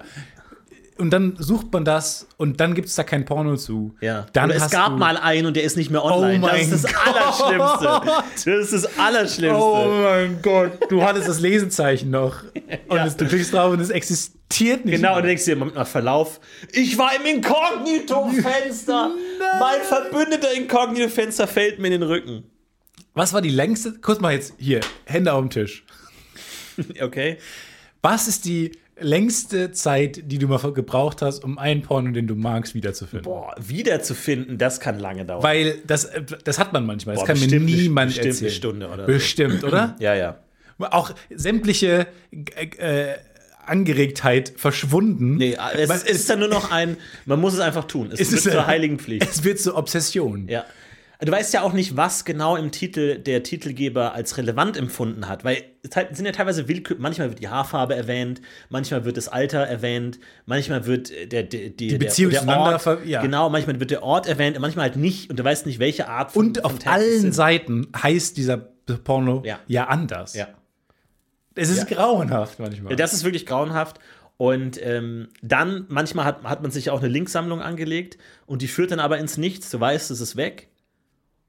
Speaker 1: Und dann sucht man das und dann gibt es da kein Porno zu.
Speaker 2: Ja.
Speaker 1: Dann
Speaker 2: Oder es
Speaker 1: hast
Speaker 2: gab
Speaker 1: du,
Speaker 2: mal einen und der ist nicht mehr online.
Speaker 1: Oh
Speaker 2: das ist das
Speaker 1: mein
Speaker 2: Allerschlimmste. Das ist das Allerschlimmste.
Speaker 1: Oh mein Gott, du hattest das Lesezeichen
Speaker 2: (laughs)
Speaker 1: noch. Und es, du klickst drauf und es existiert nicht.
Speaker 2: Genau, und
Speaker 1: mehr.
Speaker 2: du denkst dir, Moment mal, Verlauf. Ich war im
Speaker 1: (laughs)
Speaker 2: Inkognito-Fenster. mein verbündeter Inkognito-Fenster fällt mir in den Rücken.
Speaker 1: Was war die längste? Kurz mal jetzt hier, Hände auf dem Tisch.
Speaker 2: Okay?
Speaker 1: Was ist die längste Zeit, die du mal gebraucht hast, um einen Porno, den du magst, wiederzufinden?
Speaker 2: Boah, wiederzufinden, das kann lange dauern.
Speaker 1: Weil das, äh, das hat man manchmal. Das
Speaker 2: Boah,
Speaker 1: kann mir
Speaker 2: bestimmt eine-
Speaker 1: niemand
Speaker 2: bestimmt eine
Speaker 1: erzählen.
Speaker 2: Stunde oder so.
Speaker 1: bestimmt,
Speaker 2: (clears throat)
Speaker 1: oder?
Speaker 2: ja, ja.
Speaker 1: Auch sämtliche äh, äh, Angeregtheit verschwunden.
Speaker 2: Nee, es,
Speaker 1: Man-
Speaker 2: ist- es ist dann nur noch ein, man muss es einfach tun. Es, wird
Speaker 1: ist
Speaker 2: zur
Speaker 1: ein-
Speaker 2: heiligen Pflicht.
Speaker 1: (laughs) Es wird zur Obsession.
Speaker 2: Ja. Du weißt ja auch nicht, was genau im Titel der Titelgeber als relevant empfunden hat, weil es halt- sind ja teilweise willkür, manchmal wird die Haarfarbe erwähnt, manchmal wird das Alter erwähnt, manchmal wird äh, der, der, der, die
Speaker 1: Beziehung
Speaker 2: der, der
Speaker 1: zueinander
Speaker 2: Ort,
Speaker 1: ver- ja.
Speaker 2: genau, manchmal wird der Ort erwähnt, manchmal halt nicht und du weißt nicht, welche Art von
Speaker 1: Und auf
Speaker 2: von Text es
Speaker 1: allen
Speaker 2: sind.
Speaker 1: Seiten heißt dieser Porno
Speaker 2: Ja.
Speaker 1: ja, anders.
Speaker 2: Ja.
Speaker 1: Es ist
Speaker 2: Ja.
Speaker 1: grauenhaft manchmal.
Speaker 2: Das ist wirklich grauenhaft. Und ähm, dann, manchmal hat, hat man sich auch eine Linksammlung angelegt und die führt dann aber ins Nichts. Du weißt, es ist weg.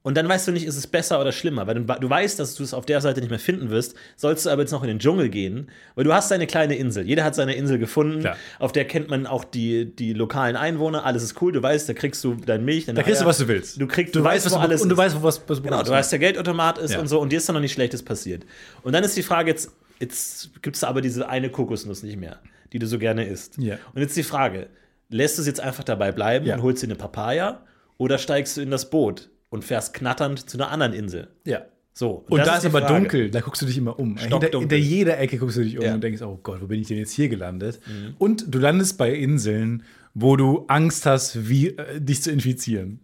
Speaker 2: Und dann weißt du nicht, ist es besser oder schlimmer, weil du, du weißt, dass du es auf der Seite nicht mehr finden wirst, sollst du aber jetzt noch in den Dschungel gehen, weil du hast deine kleine Insel. Jeder hat seine Insel gefunden,
Speaker 1: Klar.
Speaker 2: auf der kennt man auch die, die lokalen Einwohner, alles ist cool, du weißt, da kriegst du dein Milch, deine
Speaker 1: da kriegst du,
Speaker 2: Eier.
Speaker 1: was du willst.
Speaker 2: Du kriegst,
Speaker 1: du weißt, was
Speaker 2: wo
Speaker 1: du
Speaker 2: alles
Speaker 1: Und du
Speaker 2: ist.
Speaker 1: weißt, wo was, was
Speaker 2: Genau, du weißt, der Geldautomat ist
Speaker 1: Ja.
Speaker 2: und so, und dir ist dann noch nichts Schlechtes passiert. Und dann ist die Frage jetzt, jetzt gibt es aber diese eine Kokosnuss nicht mehr, die du so gerne isst.
Speaker 1: Ja.
Speaker 2: Und jetzt die Frage, lässt du es jetzt einfach dabei bleiben
Speaker 1: Ja.
Speaker 2: und holst dir eine Papaya oder steigst du in das Boot und fährst knatternd zu einer anderen Insel?
Speaker 1: Ja.
Speaker 2: So.
Speaker 1: Und
Speaker 2: das
Speaker 1: da
Speaker 2: ist
Speaker 1: ist
Speaker 2: die
Speaker 1: aber
Speaker 2: Frage.
Speaker 1: dunkel, da guckst du dich immer um. Hinter,
Speaker 2: Stockdunkel.
Speaker 1: hinter jeder Ecke guckst du dich um
Speaker 2: Ja. Mhm.
Speaker 1: und denkst, oh Gott, wo bin ich denn jetzt hier gelandet? Und du landest bei Inseln, wo du Angst hast, wie, äh, dich zu
Speaker 2: (laughs)
Speaker 1: infizieren.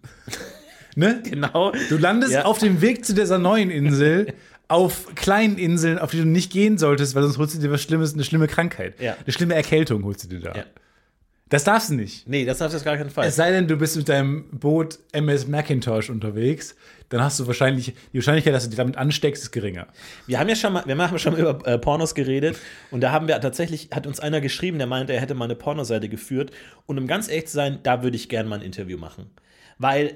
Speaker 1: ne?
Speaker 2: Genau.
Speaker 1: Du landest
Speaker 2: Ja.
Speaker 1: auf dem Weg zu dieser neuen Insel, auf kleinen Inseln, auf die du nicht gehen solltest, weil sonst holst du dir was Schlimmes, eine schlimme Krankheit.
Speaker 2: Ja.
Speaker 1: Eine schlimme Erkältung holst du dir da.
Speaker 2: Ja.
Speaker 1: Das darfst du nicht.
Speaker 2: Nee, das darfst du auf gar keinen Fall.
Speaker 1: Es sei denn, du bist mit deinem Boot MS Macintosh unterwegs, dann hast du wahrscheinlich, die Wahrscheinlichkeit, dass du dich damit ansteckst, ist geringer.
Speaker 2: Wir haben ja schon mal, wir haben ja schon mal über äh, Pornos geredet und da haben wir tatsächlich, hat uns einer geschrieben, der meinte, er hätte mal eine Pornoseite geführt und um ganz ehrlich zu sein, da würde ich gerne mal ein Interview machen. Weil,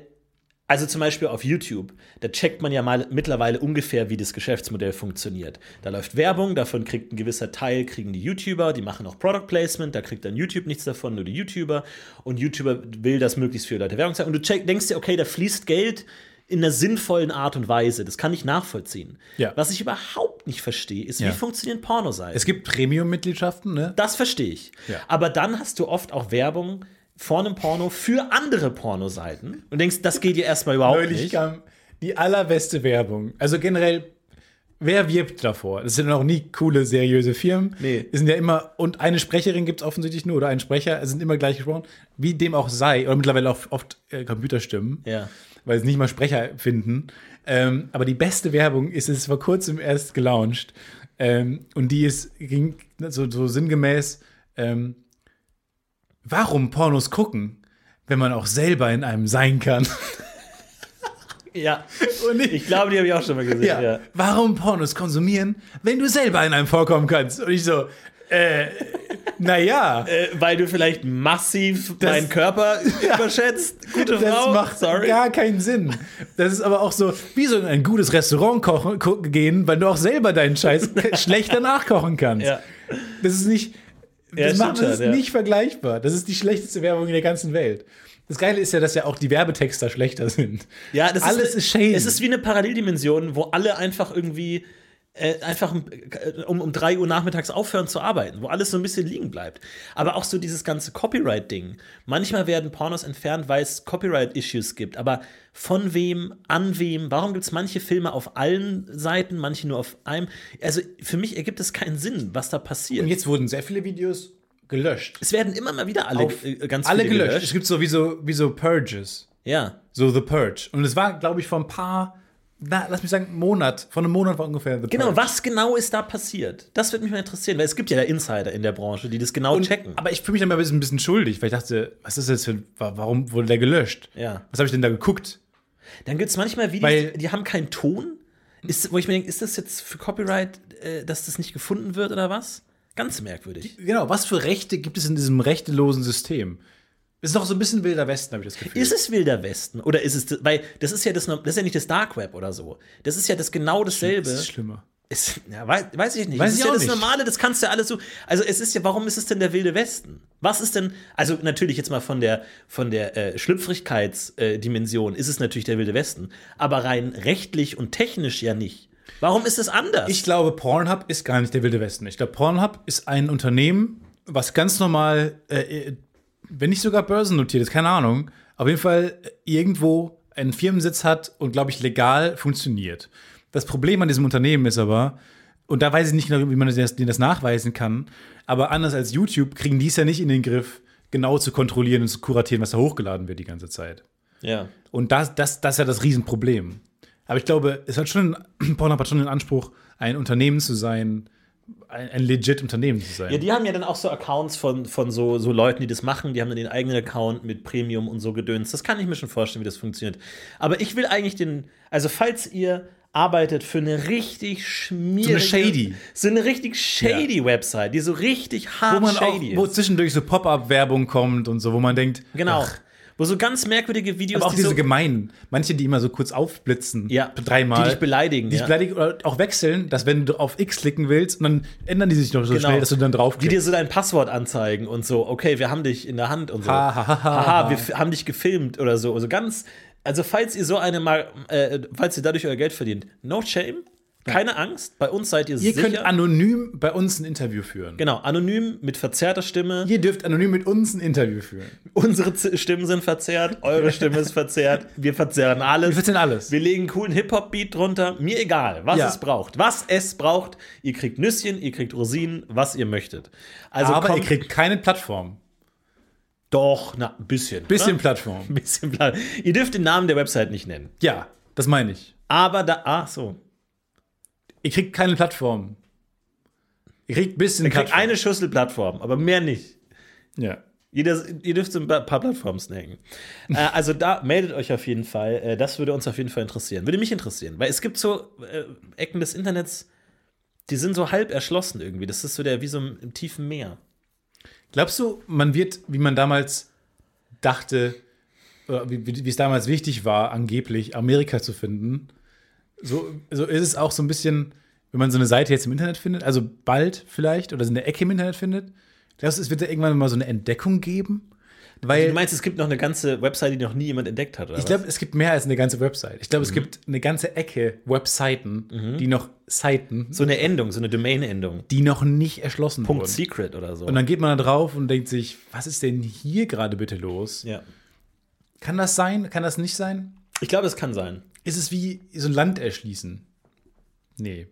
Speaker 2: also zum Beispiel auf YouTube, da checkt man ja mal mittlerweile ungefähr, wie das Geschäftsmodell funktioniert. Da läuft Werbung, davon kriegt ein gewisser Teil, kriegen die YouTuber, die machen auch Product Placement, da kriegt dann YouTube nichts davon, nur die YouTuber und YouTuber will, dass möglichst viele Leute Werbung zeigen und du check, denkst dir, okay, da fließt Geld in einer sinnvollen Art und Weise. Das kann ich nachvollziehen.
Speaker 1: Ja.
Speaker 2: Was ich überhaupt nicht verstehe, ist, wie
Speaker 1: Ja.
Speaker 2: funktionieren Pornoseiten.
Speaker 1: Es gibt Premium-Mitgliedschaften, ne?
Speaker 2: das verstehe ich.
Speaker 1: Ja.
Speaker 2: Aber dann hast du oft auch Werbung vor einem Porno für andere Pornoseiten und denkst, das geht dir erstmal überhaupt
Speaker 1: Neulich
Speaker 2: nicht.
Speaker 1: kam die allerbeste Werbung. Also generell, wer wirbt davor? Das sind noch nie coole, seriöse Firmen.
Speaker 2: Nee.
Speaker 1: Es sind ja immer, und eine Sprecherin gibt es offensichtlich nur oder einen Sprecher, es sind immer gleich gesprochen. Wie dem auch sei, oder mittlerweile auch oft äh, Computerstimmen.
Speaker 2: Ja.
Speaker 1: weil sie nicht mal Sprecher finden. Ähm, aber die beste Werbung ist, es ist vor kurzem erst gelauncht. Ähm, und die ist, ging so, so sinngemäß, ähm, warum Pornos gucken, wenn man auch selber in einem sein kann?
Speaker 2: ja.
Speaker 1: Und ich,
Speaker 2: Ich glaube, die habe ich auch schon mal gesehen.
Speaker 1: Oh, ja,
Speaker 2: ja.
Speaker 1: warum Pornos konsumieren, wenn du selber in einem vorkommen kannst? Und ich so, äh, naja.
Speaker 2: Äh, Weil du vielleicht massiv
Speaker 1: Das-
Speaker 2: deinen Körper
Speaker 1: (laughs)
Speaker 2: überschätzt. Gute
Speaker 1: Das
Speaker 2: Frau,
Speaker 1: macht
Speaker 2: sorry.
Speaker 1: gar keinen Sinn. Das ist aber auch so, wie so in ein gutes Restaurant kochen, ko-
Speaker 2: (laughs)
Speaker 1: gehen, weil du auch selber deinen Scheiß schlechter nachkochen kannst.
Speaker 2: Ja.
Speaker 1: Das ist nicht.
Speaker 2: Ja,
Speaker 1: das, macht,
Speaker 2: stimmt
Speaker 1: das ist
Speaker 2: schon, ja.
Speaker 1: nicht vergleichbar. Das ist die schlechteste Werbung in der ganzen Welt. Das Geile ist ja, dass ja auch die Werbetexter schlechter sind.
Speaker 2: Ja, das
Speaker 1: Alles
Speaker 2: ist,
Speaker 1: ist shady.
Speaker 2: Es ist wie eine Paralleldimension, wo alle einfach irgendwie äh, einfach äh, um, um 3 Uhr nachmittags aufhören zu arbeiten, wo alles so ein bisschen liegen bleibt. Aber auch so dieses ganze Copyright-Ding. Manchmal werden Pornos entfernt, weil es Copyright-Issues gibt. Aber von wem, an wem? Warum gibt es manche Filme auf allen Seiten, manche nur auf einem? Also für mich ergibt es keinen Sinn, was da
Speaker 1: Und
Speaker 2: passiert.
Speaker 1: jetzt wurden sehr viele Videos gelöscht.
Speaker 2: Es werden immer mal wieder alle
Speaker 1: Auf-
Speaker 2: äh, ganz
Speaker 1: Alle
Speaker 2: viele
Speaker 1: gelöscht. Es gibt so wie so, wie so Purges.
Speaker 2: Ja.
Speaker 1: So The Purge. Und es war, glaube ich, vor ein paar, na, lass mich sagen, Monat. Von einem Monat war ungefähr The
Speaker 2: Genau,
Speaker 1: Purge.
Speaker 2: was genau ist da passiert? Das würde mich mal interessieren, weil es gibt ja da Insider in der Branche, die das genau checken.
Speaker 1: Aber ich fühle mich dann mal ein bisschen- ein bisschen schuldig, weil ich dachte, was ist das jetzt für ein- wa- warum wurde der gelöscht?
Speaker 2: Ja.
Speaker 1: Was habe ich denn da geguckt?
Speaker 2: Dann gibt es manchmal Videos,
Speaker 1: Weil- Hm.
Speaker 2: die, die haben keinen Ton, ist, wo ich mir denke, ist das jetzt für Copyright, äh, dass das nicht gefunden wird oder was? Ganz merkwürdig.
Speaker 1: Genau, was für Rechte gibt es in diesem rechtelosen System? Es ist doch so ein bisschen wilder Westen, habe ich das Gefühl.
Speaker 2: Ist es Wilder Westen oder ist es, weil das ist ja das, das ist ja nicht das Dark Web oder so. Das ist ja das genau dasselbe.
Speaker 1: Das ist schlimmer.
Speaker 2: Ist- ja, weiß, weiß ich nicht.
Speaker 1: Weiß
Speaker 2: das
Speaker 1: ich
Speaker 2: ist ja
Speaker 1: auch
Speaker 2: das
Speaker 1: nicht.
Speaker 2: Normale, das kannst du alles so. Also es ist ja, warum ist es denn der Wilde Westen? Was ist denn, also natürlich jetzt mal von der von der äh, Schlüpfrigkeitsdimension äh, Dimension ist es natürlich der Wilde Westen, aber rein rechtlich und technisch ja nicht. Warum ist es anders?
Speaker 1: Ich glaube, Pornhub ist gar nicht der wilde Westen. Ich glaube, Pornhub ist ein Unternehmen, was ganz normal, äh, äh, wenn nicht sogar börsennotiert ist, keine Ahnung, auf jeden Fall äh, irgendwo einen Firmensitz hat und, glaube ich, legal funktioniert. Das Problem an diesem Unternehmen ist aber, und da weiß ich nicht genau, wie man das, denen das nachweisen kann, aber anders als YouTube kriegen die es ja nicht in den Griff, genau zu kontrollieren und zu kuratieren, was da hochgeladen wird die ganze Zeit.
Speaker 2: ja.
Speaker 1: Und das, das, das ist ja das Riesenproblem. Aber ich glaube, es hat schon, (clears throat) Pornhub hat schon den Anspruch, ein Unternehmen zu sein, ein, ein legit Unternehmen zu sein.
Speaker 2: Ja, die haben ja dann auch so Accounts von, von so, so Leuten, die das machen. Die haben dann den eigenen Account mit Premium und so gedöns. Das kann ich mir schon vorstellen, wie das funktioniert. Aber ich will eigentlich den, also falls ihr arbeitet für eine richtig schmierige,
Speaker 1: shady.
Speaker 2: so eine richtig shady Website, die so richtig hart
Speaker 1: wo man auch,
Speaker 2: shady
Speaker 1: wo
Speaker 2: ist.
Speaker 1: zwischendurch so Pop-Up-Werbung kommt und so, wo man denkt,
Speaker 2: Genau.
Speaker 1: ach,
Speaker 2: Wo so ganz merkwürdige Videos,
Speaker 1: aber auch diese
Speaker 2: so,
Speaker 1: gemeinen, manche, die immer so kurz aufblitzen,
Speaker 2: ja,
Speaker 1: dreimal.
Speaker 2: die dich beleidigen,
Speaker 1: Die
Speaker 2: ja.
Speaker 1: dich beleidigen oder auch wechseln, dass wenn du auf X klicken willst, und dann ändern die sich noch so schnell, dass du dann
Speaker 2: Genau. Die dir
Speaker 1: draufklickst.
Speaker 2: so dein Passwort anzeigen und so, okay, wir haben dich in der Hand und so.
Speaker 1: Ha, ha, ha, ha,
Speaker 2: Haha,
Speaker 1: ha.
Speaker 2: wir f- haben dich gefilmt oder so. Also ganz, also falls ihr so eine mal, äh, falls ihr dadurch euer Geld verdient, no shame, keine Angst, bei uns seid ihr,
Speaker 1: Ihr
Speaker 2: sicher.
Speaker 1: könnt anonym bei uns ein Interview führen.
Speaker 2: genau, anonym mit verzerrter Stimme.
Speaker 1: Ihr dürft anonym mit uns ein Interview führen.
Speaker 2: Unsere Z Stimmen sind verzerrt, eure Stimme ist verzerrt, wir verzerren alles.
Speaker 1: Wir verzerren alles.
Speaker 2: Wir legen einen coolen Hip-Hop-Beat drunter, mir egal, was
Speaker 1: Ja.
Speaker 2: es braucht. Was es braucht, ihr kriegt Nüsschen, ihr kriegt Rosinen, was ihr möchtet. Also
Speaker 1: aber
Speaker 2: kommt-
Speaker 1: ihr kriegt keine Plattform.
Speaker 2: doch, na, ein bisschen.
Speaker 1: Bisschen
Speaker 2: oder?
Speaker 1: Plattform.
Speaker 2: Ein (laughs) bisschen blau. Ihr dürft den Namen der Website nicht nennen.
Speaker 1: Ja, das meine ich.
Speaker 2: Aber da. Ach so.
Speaker 1: Ihr kriegt keine Plattform. Ihr kriegt ein bisschen
Speaker 2: Ihr kriegt
Speaker 1: Plattform.
Speaker 2: eine Schüssel Plattform, aber mehr nicht.
Speaker 1: ja.
Speaker 2: Jeder, ihr dürft so ein paar paar Plattformen snacken. äh, also da meldet euch auf jeden Fall. Äh, das würde uns auf jeden Fall interessieren. Würde mich interessieren. Weil es gibt so äh, Ecken des Internets, die sind so halb erschlossen irgendwie. Das ist so der wie so im, im tiefen Meer.
Speaker 1: Glaubst du, man wird, wie man damals dachte, oder wie, wie wie es damals wichtig war, angeblich Amerika zu finden, so, so ist es auch so ein bisschen, wenn man so eine Seite jetzt im Internet findet, also bald vielleicht, oder so eine Ecke im Internet findet, glaubst du, es wird da irgendwann mal so eine Entdeckung geben? Weil
Speaker 2: Also Du meinst, es gibt noch eine ganze Website, die noch nie jemand entdeckt hat, oder?
Speaker 1: Äh, Ich glaube, es gibt mehr als eine ganze Website. Ich glaube,
Speaker 2: Mhm.
Speaker 1: es gibt eine ganze Ecke Webseiten, die noch Seiten,
Speaker 2: was? so eine Endung, so eine Domain-Endung.
Speaker 1: die noch nicht erschlossen
Speaker 2: Punkt
Speaker 1: wurden.
Speaker 2: Secret oder so.
Speaker 1: Und dann geht man da drauf und denkt sich, was ist denn hier gerade bitte los?
Speaker 2: ja.
Speaker 1: Kann das sein? Kann das nicht sein?
Speaker 2: Ich glaube, es kann sein.
Speaker 1: Ist es wie so ein Land erschließen? Nee.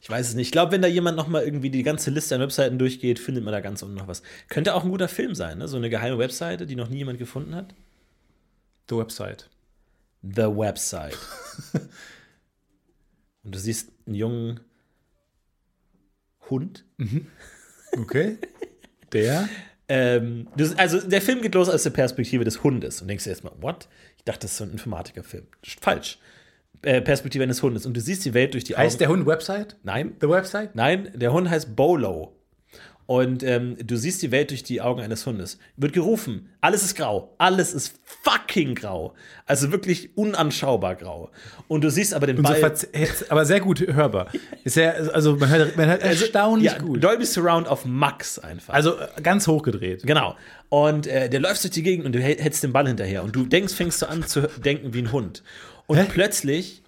Speaker 2: Ich weiß es nicht. Ich glaube, wenn da jemand noch mal irgendwie die ganze Liste an Webseiten durchgeht, findet man da ganz unten noch was. Könnte auch ein guter Film sein, ne? So eine geheime Webseite, die noch nie jemand gefunden hat.
Speaker 1: The Website.
Speaker 2: The
Speaker 1: (laughs)
Speaker 2: Website. Und du siehst einen jungen Hund.
Speaker 1: Okay. (laughs) Der?
Speaker 2: Ähm, das, also der Film geht los aus der Perspektive des Hundes und denkst dir erstmal, what? Ich dachte, das ist so ein Informatikerfilm. Falsch. Äh, Perspektive eines Hundes. Und du siehst die Welt durch die
Speaker 1: Heißt
Speaker 2: Augen.
Speaker 1: der Hund Website?
Speaker 2: Nein,
Speaker 1: The Website?
Speaker 2: Nein, der Hund heißt Bolo. Und ähm, du siehst die Welt durch die Augen eines Hundes. Wird gerufen. Alles ist grau. Alles ist fucking grau. Also wirklich unanschaubar grau. Und du siehst aber den
Speaker 1: Und so
Speaker 2: Ball.
Speaker 1: verz- jetzt- aber sehr gut hörbar. Ist ja, also man hört,
Speaker 2: (laughs)
Speaker 1: man hört erstaunlich
Speaker 2: ja,
Speaker 1: gut.
Speaker 2: Dolby Surround auf Max einfach.
Speaker 1: Also äh, ganz hochgedreht.
Speaker 2: Genau. Und äh, der läuft durch die Gegend und du hä- hältst den Ball hinterher. Und du denkst, fängst du an zu denken wie ein Hund. Und
Speaker 1: Hä?
Speaker 2: plötzlich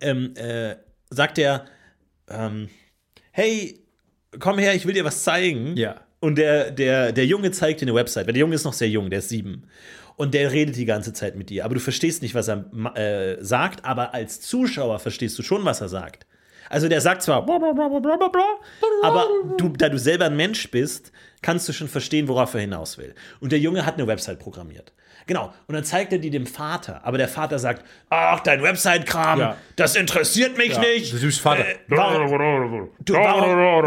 Speaker 2: ähm, äh, sagt er, ähm, hey, komm her, ich will dir was zeigen.
Speaker 1: Ja.
Speaker 2: Und der, der, der Junge zeigt dir eine Website, weil der Junge ist noch sehr jung, der ist sieben. Und der redet die ganze Zeit mit dir. Aber du verstehst nicht, was er ma- äh, sagt, aber als Zuschauer verstehst du schon, was er sagt. Also der sagt zwar, bla, bla, bla, bla, bla, bla, bla, aber du, da du selber ein Mensch bist, kannst du schon verstehen, worauf er hinaus will. Und der Junge hat eine Website programmiert. Genau. Und dann zeigt er die dem Vater. Aber der Vater sagt, ach, dein Website-Kram,
Speaker 1: Ja.
Speaker 2: das interessiert mich
Speaker 1: Ja,
Speaker 2: nicht. Äh,
Speaker 1: das ist Vater.
Speaker 2: Du, warum,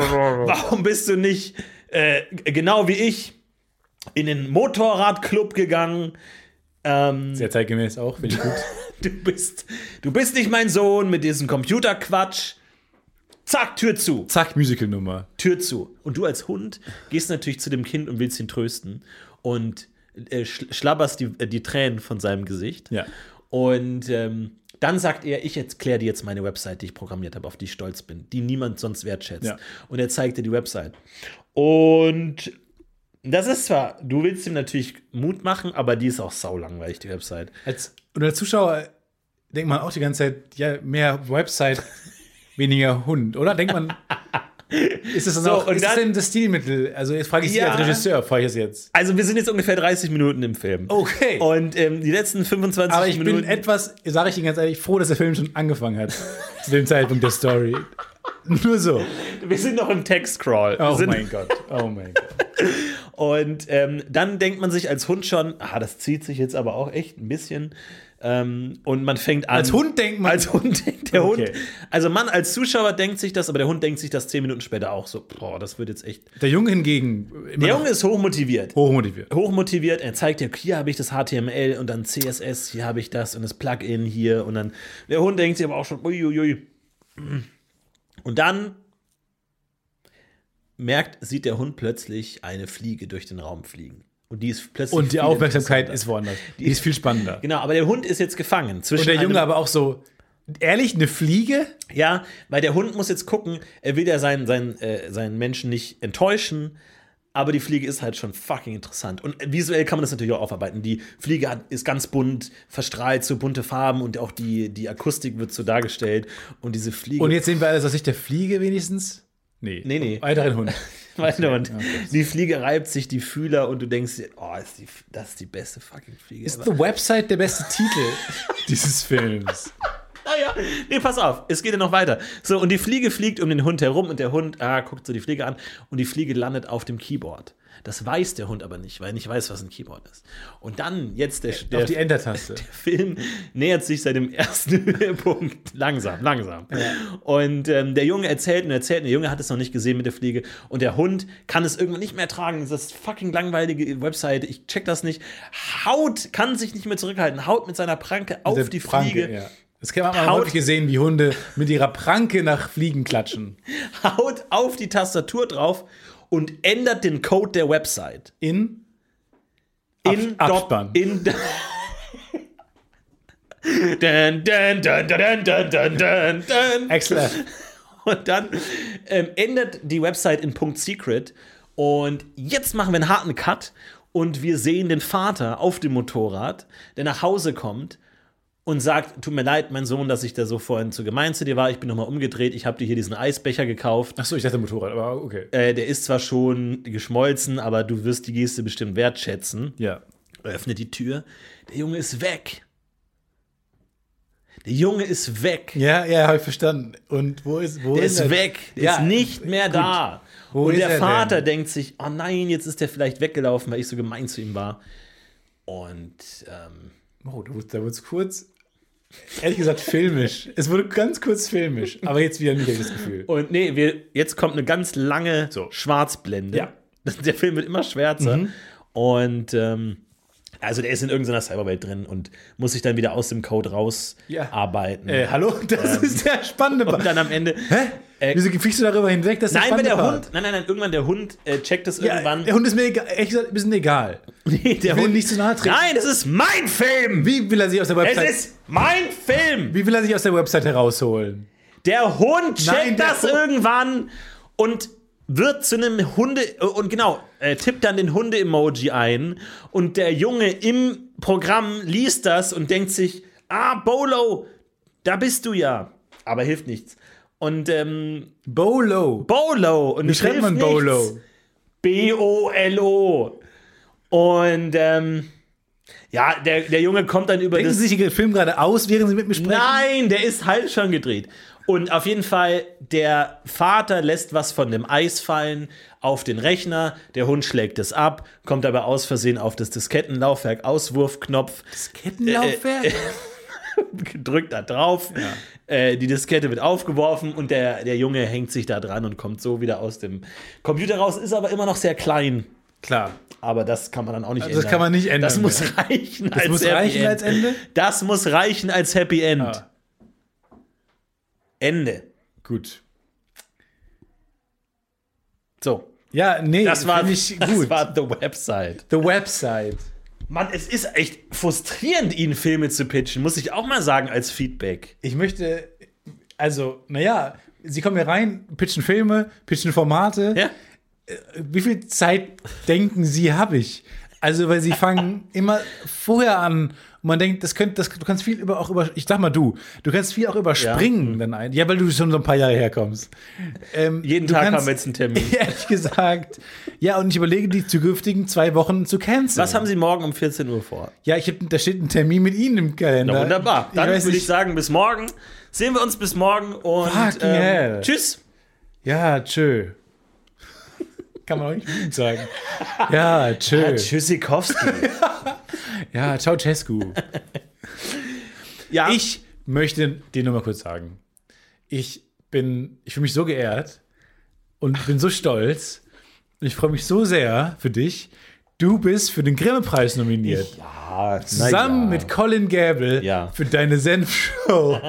Speaker 1: (laughs)
Speaker 2: warum bist du nicht äh, g- genau wie ich in den Motorradclub gegangen? Ähm,
Speaker 1: Sehr zeitgemäß auch, finde ich gut.
Speaker 2: (laughs) du, bist, du bist nicht mein Sohn mit diesem Computerquatsch. Zack, Tür zu.
Speaker 1: Zack, Musical-Nummer.
Speaker 2: Tür zu. Und du als Hund gehst natürlich zu dem Kind und willst ihn trösten und äh, schl- schlabberst die, äh, die Tränen von seinem Gesicht.
Speaker 1: Ja.
Speaker 2: Und ähm, dann sagt er, ich erkläre dir jetzt meine Website, die ich programmiert habe, auf die ich stolz bin, die niemand sonst wertschätzt.
Speaker 1: Ja.
Speaker 2: Und er zeigt dir die Website. Und das ist zwar, du willst ihm natürlich Mut machen, aber die ist auch saulangweilig, die Website.
Speaker 1: Als, und als Zuschauer denkt man auch die ganze Zeit, ja, mehr
Speaker 2: (laughs)
Speaker 1: Website, weniger Hund, oder? Denkt man. Ist das, dann
Speaker 2: So,
Speaker 1: auch,
Speaker 2: und
Speaker 1: ist das
Speaker 2: dann-
Speaker 1: denn das Stilmittel? Also, jetzt frage ich Sie
Speaker 2: Ja.
Speaker 1: als Regisseur, frage ich das jetzt.
Speaker 2: Also wir sind jetzt ungefähr 30 Minuten im Film.
Speaker 1: Okay.
Speaker 2: Und ähm, die letzten 25
Speaker 1: Aber ich
Speaker 2: Minuten.
Speaker 1: bin etwas, sage ich Ihnen ganz ehrlich, froh, dass der Film schon angefangen hat. zu dem Zeitpunkt der Story. Nur so.
Speaker 2: wir sind noch im Text-Crawl. Wir
Speaker 1: Oh
Speaker 2: sind,
Speaker 1: mein Gott. Oh mein Gott.
Speaker 2: Und ähm, dann denkt man sich als Hund schon, ah, das zieht sich jetzt aber auch echt ein bisschen. Ähm, und man fängt an.
Speaker 1: Als Hund denkt man.
Speaker 2: Als Hund denkt der
Speaker 1: Okay.
Speaker 2: Hund. Also man als Zuschauer denkt sich das, aber der Hund denkt sich das zehn Minuten später auch so, boah, das wird jetzt echt.
Speaker 1: der Junge hingegen. Immer
Speaker 2: Der
Speaker 1: noch
Speaker 2: Junge ist hochmotiviert.
Speaker 1: Hochmotiviert.
Speaker 2: Hochmotiviert, er zeigt dir, hier habe ich das HTML und dann CSS, hier habe ich das und das Plugin hier und dann. Der Hund denkt sich aber auch schon, uiuiui. Und dann merkt, sieht der Hund plötzlich eine Fliege durch den Raum fliegen. Und die ist plötzlich.
Speaker 1: Und die
Speaker 2: viel
Speaker 1: Aufmerksamkeit
Speaker 2: interessanter.
Speaker 1: ist woanders. Die ist viel spannender.
Speaker 2: Genau, aber der Hund ist jetzt gefangen zwischen.
Speaker 1: Und der
Speaker 2: einem-
Speaker 1: Junge aber auch so. Ehrlich, eine Fliege?
Speaker 2: Ja, weil der Hund muss jetzt gucken, er will ja seinen, seinen, äh, seinen Menschen nicht enttäuschen, aber die Fliege ist halt schon fucking interessant. Und visuell kann man das natürlich auch aufarbeiten. Die Fliege hat, ist ganz bunt, verstrahlt, so bunte Farben und auch die, die Akustik wird so dargestellt. Und diese Fliege. (laughs)
Speaker 1: Und jetzt sehen wir alles aus Sicht der Fliege wenigstens? Nee.
Speaker 2: Nee, nee.
Speaker 1: Weiteren
Speaker 2: (laughs)
Speaker 1: Hund.
Speaker 2: Weiter und die Fliege reibt sich die Fühler und du denkst dir, oh, ist die, das ist die beste fucking Fliege.
Speaker 1: Ist The Website der beste Titel (laughs) dieses Films?
Speaker 2: Naja, Ah nee, pass auf, es geht ja noch weiter. So, und die Fliege fliegt um den Hund herum und der Hund ah, guckt so die Fliege an und die Fliege landet auf dem Keyboard. Das weiß der Hund aber nicht, weil er nicht weiß, was ein Keyboard ist. Und dann, jetzt der,
Speaker 1: Auf
Speaker 2: der
Speaker 1: die
Speaker 2: (laughs)
Speaker 1: Enter-Taste.
Speaker 2: Film nähert sich seinem ersten (laughs) Höhepunkt. Langsam, langsam. Und ähm, der Junge erzählt und erzählt, und der Junge hat es noch nicht gesehen mit der Fliege. Und der Hund kann es irgendwann nicht mehr tragen. Das ist fucking langweilige Website, ich check das nicht. Haut, kann sich nicht mehr zurückhalten, haut mit seiner Pranke auf
Speaker 1: Der
Speaker 2: die
Speaker 1: Pranke,
Speaker 2: Fliege.
Speaker 1: Ja. Das kann man man
Speaker 2: Haut-
Speaker 1: häufig gesehen, wie Hunde mit ihrer Pranke nach Fliegen klatschen.
Speaker 2: haut auf die Tastatur drauf und ändert den Code der Website.
Speaker 1: In
Speaker 2: In
Speaker 1: Ab-
Speaker 2: dot-
Speaker 1: Abspann.
Speaker 2: In dun, dun, dun, dun, dun, dun, dun, dun.
Speaker 1: Excel.
Speaker 2: Und dann ähm, ändert die Website in Punkt Secret. Und jetzt machen wir einen harten Cut und wir sehen den Vater auf dem Motorrad, der nach Hause kommt und sagt: Tut mir leid, mein Sohn, dass ich da so vorhin zu gemein zu dir war. Ich bin nochmal umgedreht. Ich habe dir hier diesen Eisbecher gekauft.
Speaker 1: Achso, ich dachte Motorrad, aber okay.
Speaker 2: äh, der ist zwar schon geschmolzen, aber du wirst die Geste bestimmt wertschätzen.
Speaker 1: Ja.
Speaker 2: Öffnet die Tür. Der Junge ist weg. Der Junge ist weg.
Speaker 1: Ja, ja, habe ich verstanden. Und wo ist wo
Speaker 2: Der ist
Speaker 1: er?
Speaker 2: weg. Der
Speaker 1: Ja,
Speaker 2: ist nicht mehr da.
Speaker 1: Wo
Speaker 2: und
Speaker 1: ist
Speaker 2: der
Speaker 1: er
Speaker 2: Vater denkt sich, oh nein, jetzt ist der vielleicht weggelaufen, weil ich so gemein zu ihm war. Und ähm,
Speaker 1: Oh, da wurde es kurz. Ehrlich gesagt, filmisch. Es wurde ganz kurz filmisch, aber jetzt wieder nicht, habe ich das Gefühl.
Speaker 2: Und nee, wir, jetzt kommt eine ganz lange
Speaker 1: So.
Speaker 2: Schwarzblende.
Speaker 1: Ja.
Speaker 2: (laughs)
Speaker 1: Mhm.
Speaker 2: Der Film wird immer schwärzer. Und ähm, also der ist in irgendeiner Cyberwelt drin und muss sich dann wieder aus dem Code
Speaker 1: Ja.
Speaker 2: rausarbeiten.
Speaker 1: Äh, hallo, das ist der spannende
Speaker 2: Ähm. Und
Speaker 1: Part.
Speaker 2: dann am Ende,
Speaker 1: (laughs) Hä?
Speaker 2: Äh,
Speaker 1: Wieso kriegst du darüber hinweg, dass
Speaker 2: Nein, wenn
Speaker 1: spannende
Speaker 2: der
Speaker 1: Part?
Speaker 2: Hund, nein, nein, nein, irgendwann der Hund äh, checkt es
Speaker 1: Ja, (laughs)
Speaker 2: irgendwann.
Speaker 1: der Hund ist mir egal, ehrlich gesagt, ein bisschen egal.
Speaker 2: Nee,
Speaker 1: Ich
Speaker 2: der
Speaker 1: will ihm nicht zu nahe treten.
Speaker 2: Nein, das ist mein Film!
Speaker 1: Wie will er sich aus der
Speaker 2: Es
Speaker 1: Website,
Speaker 2: ist mein Film!
Speaker 1: wie will er sich aus der Website herausholen?
Speaker 2: Der Hund checkt
Speaker 1: Nein, der
Speaker 2: das
Speaker 1: Hund-
Speaker 2: irgendwann und wird zu einem Hunde und genau, äh, tippt dann den Hunde-Emoji ein und der Junge im Programm liest das und denkt sich, ah, Bolo, da bist du ja. Aber hilft nichts. Und ähm,
Speaker 1: Bolo.
Speaker 2: Bolo und
Speaker 1: Wie schreibt man Bolo?
Speaker 2: B-O-L-O. Und ähm, ja, der, der Junge kommt dann über
Speaker 1: Denken
Speaker 2: das.
Speaker 1: Sie sich den Film gerade aus, während Sie mit mir sprechen?
Speaker 2: Nein, der ist halt schon gedreht. Und auf jeden Fall, der Vater lässt was von dem Eis fallen auf den Rechner, der Hund schlägt es ab, kommt aber aus Versehen auf das Diskettenlaufwerk, Auswurfknopf, (laughs)
Speaker 1: Das
Speaker 2: Äh,
Speaker 1: Kettenlaufwerk?
Speaker 2: drückt da drauf, äh, die Diskette wird aufgeworfen und der, der Junge hängt sich da dran und kommt so wieder aus dem Computer raus, ist aber immer noch sehr klein.
Speaker 1: Klar.
Speaker 2: Aber das kann man dann auch nicht
Speaker 1: Also
Speaker 2: ändern.
Speaker 1: das kann man nicht ändern.
Speaker 2: Das muss reichen
Speaker 1: das muss reichen als Ende?
Speaker 2: Das muss reichen als Happy End.
Speaker 1: Ah,
Speaker 2: Ende.
Speaker 1: gut.
Speaker 2: So.
Speaker 1: Ja, nee,
Speaker 2: Das war,
Speaker 1: Äh, finde ich
Speaker 2: das
Speaker 1: gut.
Speaker 2: war The Website.
Speaker 1: The Website.
Speaker 2: Mann, es ist echt frustrierend, ihnen Filme zu pitchen, muss ich auch mal sagen, als Feedback.
Speaker 1: Ich möchte, also, naja, Sie kommen hier rein, pitchen Filme, pitchen Formate. Äh,
Speaker 2: Ja?
Speaker 1: Wie viel Zeit denken Sie, habe ich? Also, weil sie fangen immer vorher an und man denkt, das könnt, das, du kannst viel über auch über, ich sag mal du, du kannst viel auch überspringen dann ein. Ja, weil du schon so ein paar Jahre herkommst. Ähm,
Speaker 2: Jeden
Speaker 1: du
Speaker 2: Tag
Speaker 1: kannst-
Speaker 2: haben wir jetzt
Speaker 1: (laughs)
Speaker 2: einen Termin.
Speaker 1: Ehrlich gesagt. Ja, und ich überlege, die zukünftigen zwei Wochen zu canceln.
Speaker 2: Was haben Sie morgen um 14 Uhr vor?
Speaker 1: Ja, ich hab, da steht ein Termin mit Ihnen im Kalender.
Speaker 2: Na, wunderbar. Dann
Speaker 1: ich weiß
Speaker 2: würde ich
Speaker 1: nicht.
Speaker 2: sagen, bis morgen. Sehen wir uns bis morgen und ähm,
Speaker 1: Fucking hell.
Speaker 2: tschüss.
Speaker 1: Ja, tschö. Kann man auch nicht gut sagen. Ja,
Speaker 2: Ja,
Speaker 1: tschö.
Speaker 2: Tschüssikowski.
Speaker 1: (laughs) Ja, ciao, Cescu.
Speaker 2: ja.
Speaker 1: Ich möchte dir nur mal kurz sagen, ich bin, ich fühle mich so geehrt und bin so stolz. Ich freue mich so sehr für dich. Du bist für den Grimme-Preis nominiert.
Speaker 2: Ja,
Speaker 1: Zusammen
Speaker 2: na ja.
Speaker 1: mit Colin Gable
Speaker 2: Ja.
Speaker 1: für deine
Speaker 2: (laughs)
Speaker 1: Senf-Show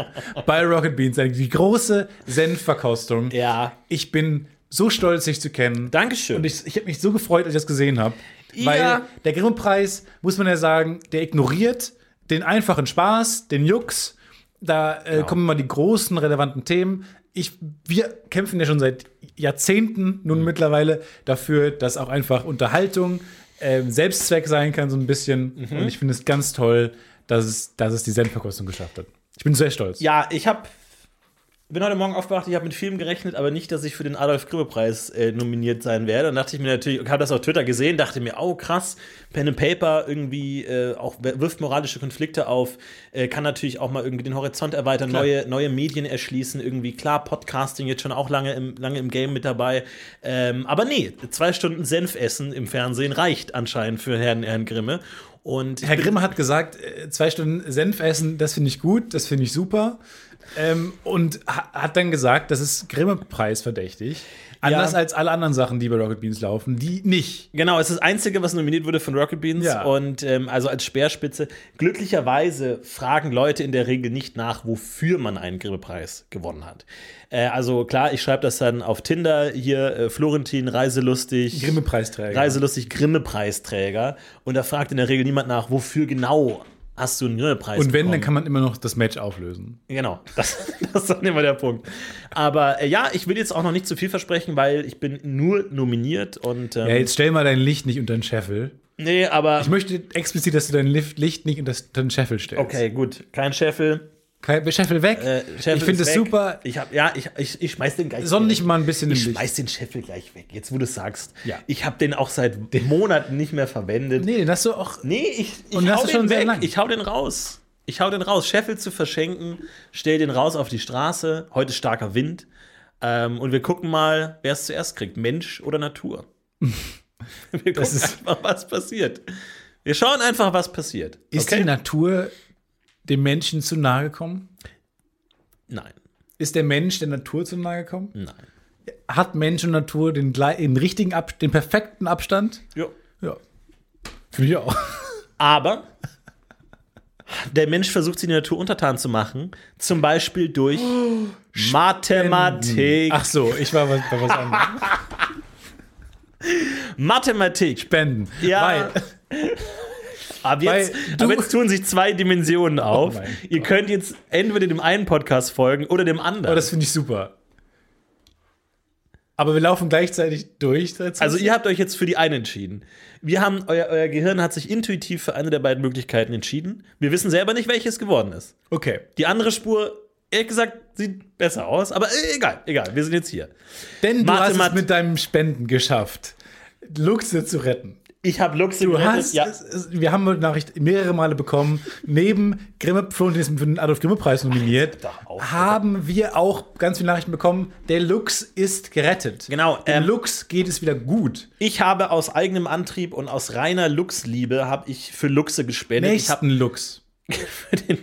Speaker 1: bei Rocket Beans, die große Senf-Verkostung.
Speaker 2: Ja.
Speaker 1: Ich bin so stolz, dich zu kennen.
Speaker 2: Dankeschön.
Speaker 1: Und ich, ich habe mich so gefreut, als ich das gesehen habe.
Speaker 2: Ja.
Speaker 1: Weil der Grimme-Preis, muss man ja sagen, der ignoriert den einfachen Spaß, den Jux. Da
Speaker 2: Genau.
Speaker 1: äh, kommen immer die großen, relevanten Themen. Ich, wir kämpfen ja schon seit Jahrzehnten
Speaker 2: Mhm.
Speaker 1: nun mittlerweile dafür, dass auch einfach Unterhaltung ähm, Selbstzweck sein kann, so ein bisschen.
Speaker 2: Mhm.
Speaker 1: Und ich finde es ganz toll, dass es, dass es die Sendverkostung geschafft hat. Ich bin sehr stolz.
Speaker 2: ja, ich hab, bin heute Morgen aufgewacht, ich habe mit vielem gerechnet, aber nicht, dass ich für den Adolf Grimme-Preis äh, nominiert sein werde. Dann dachte ich mir natürlich, habe das auf Twitter gesehen, dachte mir, oh krass, Pen and Paper irgendwie äh, auch wirft moralische Konflikte auf, äh, kann natürlich auch mal irgendwie den Horizont erweitern, neue, neue Medien erschließen, irgendwie klar, Podcasting jetzt schon auch lange im, lange im Game mit dabei. Ähm, aber nee, zwei Stunden Senf essen im Fernsehen reicht anscheinend für Herrn, Herrn Grimme. Und ich
Speaker 1: Herr
Speaker 2: bin-
Speaker 1: Grimm hat gesagt, äh, zwei Stunden Senf essen, das finde ich gut, das finde ich super. Ähm, und ha hat dann gesagt, das ist Grimme-Preis verdächtig. Anders als alle anderen Sachen, die bei Rocket Beans laufen, die nicht.
Speaker 2: Genau, es ist das Einzige, was nominiert wurde von Rocket Beans
Speaker 1: Ja.
Speaker 2: und ähm, also als Speerspitze. Glücklicherweise fragen Leute in der Regel nicht nach, wofür man einen Grimme-Preis gewonnen hat. Äh, also klar, ich schreibe das dann auf Tinder hier, äh, Florentin, Reiselustig.
Speaker 1: Grimme-Preisträger.
Speaker 2: Reiselustig Grimme-Preisträger. Und da fragt in der Regel niemand nach, wofür genau hast du einen Grimme-Preis
Speaker 1: und wenn,
Speaker 2: bekommen.
Speaker 1: dann kann man immer noch das Match auflösen.
Speaker 2: Genau, (laughs) das, das ist dann immer der Punkt. Aber äh, ja, ich will jetzt auch noch nicht zu viel versprechen, weil ich bin nur nominiert und ähm,
Speaker 1: Ja, jetzt stell mal dein Licht nicht unter den Scheffel.
Speaker 2: nee, aber
Speaker 1: Ich möchte explizit, dass du dein Lift- Licht nicht unter den Scheffel stellst.
Speaker 2: Okay, gut. Kein Scheffel.
Speaker 1: Kein, Scheffel weg.
Speaker 2: Äh, Scheffel
Speaker 1: ich finde
Speaker 2: ist
Speaker 1: es
Speaker 2: weg.
Speaker 1: super.
Speaker 2: Ich hab, ja, ich, ich, ich schmeiß den gleich
Speaker 1: Sonn dich
Speaker 2: weg.
Speaker 1: mal ein bisschen im
Speaker 2: Ich
Speaker 1: Licht.
Speaker 2: schmeiß den Scheffel gleich weg. Jetzt, wo du es sagst.
Speaker 1: Ja.
Speaker 2: Ich habe den auch seit Monaten nicht mehr verwendet. Nee,
Speaker 1: Nee, den hast du auch.
Speaker 2: ich, ich
Speaker 1: Und hast
Speaker 2: hau
Speaker 1: du
Speaker 2: den
Speaker 1: schon
Speaker 2: weg.
Speaker 1: sehr lang.
Speaker 2: Ich hau den raus. Ich hau den raus. Scheffel zu verschenken. Stell den raus auf die Straße. Heute ist starker Wind. Ähm, und wir gucken mal, wer es zuerst kriegt. Mensch
Speaker 1: (laughs)
Speaker 2: oder Natur? wir gucken
Speaker 1: ist-
Speaker 2: einfach, was passiert. Wir schauen einfach, was passiert.
Speaker 1: Ist
Speaker 2: okay?
Speaker 1: die Natur dem Menschen zu nahe gekommen?
Speaker 2: Nein,
Speaker 1: Ist der Mensch der Natur zu nahe gekommen?
Speaker 2: nein.
Speaker 1: Hat Mensch und Natur den, glei- den richtigen Ab den perfekten Abstand?
Speaker 2: Jo.
Speaker 1: Ja. Finde ich auch.
Speaker 2: Aber Der Mensch versucht, sie in der Natur untertan zu machen. Zum
Speaker 1: (gasps)
Speaker 2: Beispiel durch Mathematik.
Speaker 1: (laughs) Ach so, ich war was- bei was anderem. (laughs)
Speaker 2: Mathematik.
Speaker 1: Spenden.
Speaker 2: Ja.
Speaker 1: Weil,
Speaker 2: Ab jetzt,
Speaker 1: Weil du- Oh
Speaker 2: ab jetzt tun sich zwei Dimensionen auf.
Speaker 1: mein
Speaker 2: Ihr könnt jetzt entweder dem einen Podcast folgen oder dem
Speaker 1: oh,
Speaker 2: anderen.
Speaker 1: das finde ich super. Aber wir laufen gleichzeitig durch. Das
Speaker 2: also
Speaker 1: ist-
Speaker 2: ihr habt euch jetzt für die eine entschieden. Wir haben, euer, euer Gehirn hat sich intuitiv für eine der beiden Möglichkeiten entschieden. Wir wissen selber nicht, welches geworden ist.
Speaker 1: okay.
Speaker 2: Die andere Spur, ehrlich gesagt, sieht besser aus, aber äh, egal, egal, wir sind jetzt hier.
Speaker 1: Denn du hast
Speaker 2: Mathemat-
Speaker 1: es mit deinem Spenden geschafft, Luxe zu retten.
Speaker 2: Ich habe Luxe
Speaker 1: Du
Speaker 2: gerettet,
Speaker 1: hast,
Speaker 2: ja.
Speaker 1: es, es, wir haben eine Nachricht mehrere Male bekommen, (laughs) neben Grimme, Florentin ist für den Adolf Grimme Preis nominiert,
Speaker 2: doch auf, Alter.
Speaker 1: haben wir auch ganz viele Nachrichten bekommen, der Lux ist gerettet.
Speaker 2: Genau,
Speaker 1: Dem
Speaker 2: ähm,
Speaker 1: Lux geht es wieder gut.
Speaker 2: Ich habe aus eigenem Antrieb und aus reiner Lux-Liebe habe ich für Luxe gespendet. Ich habe
Speaker 1: Nächsten Lux.
Speaker 2: für den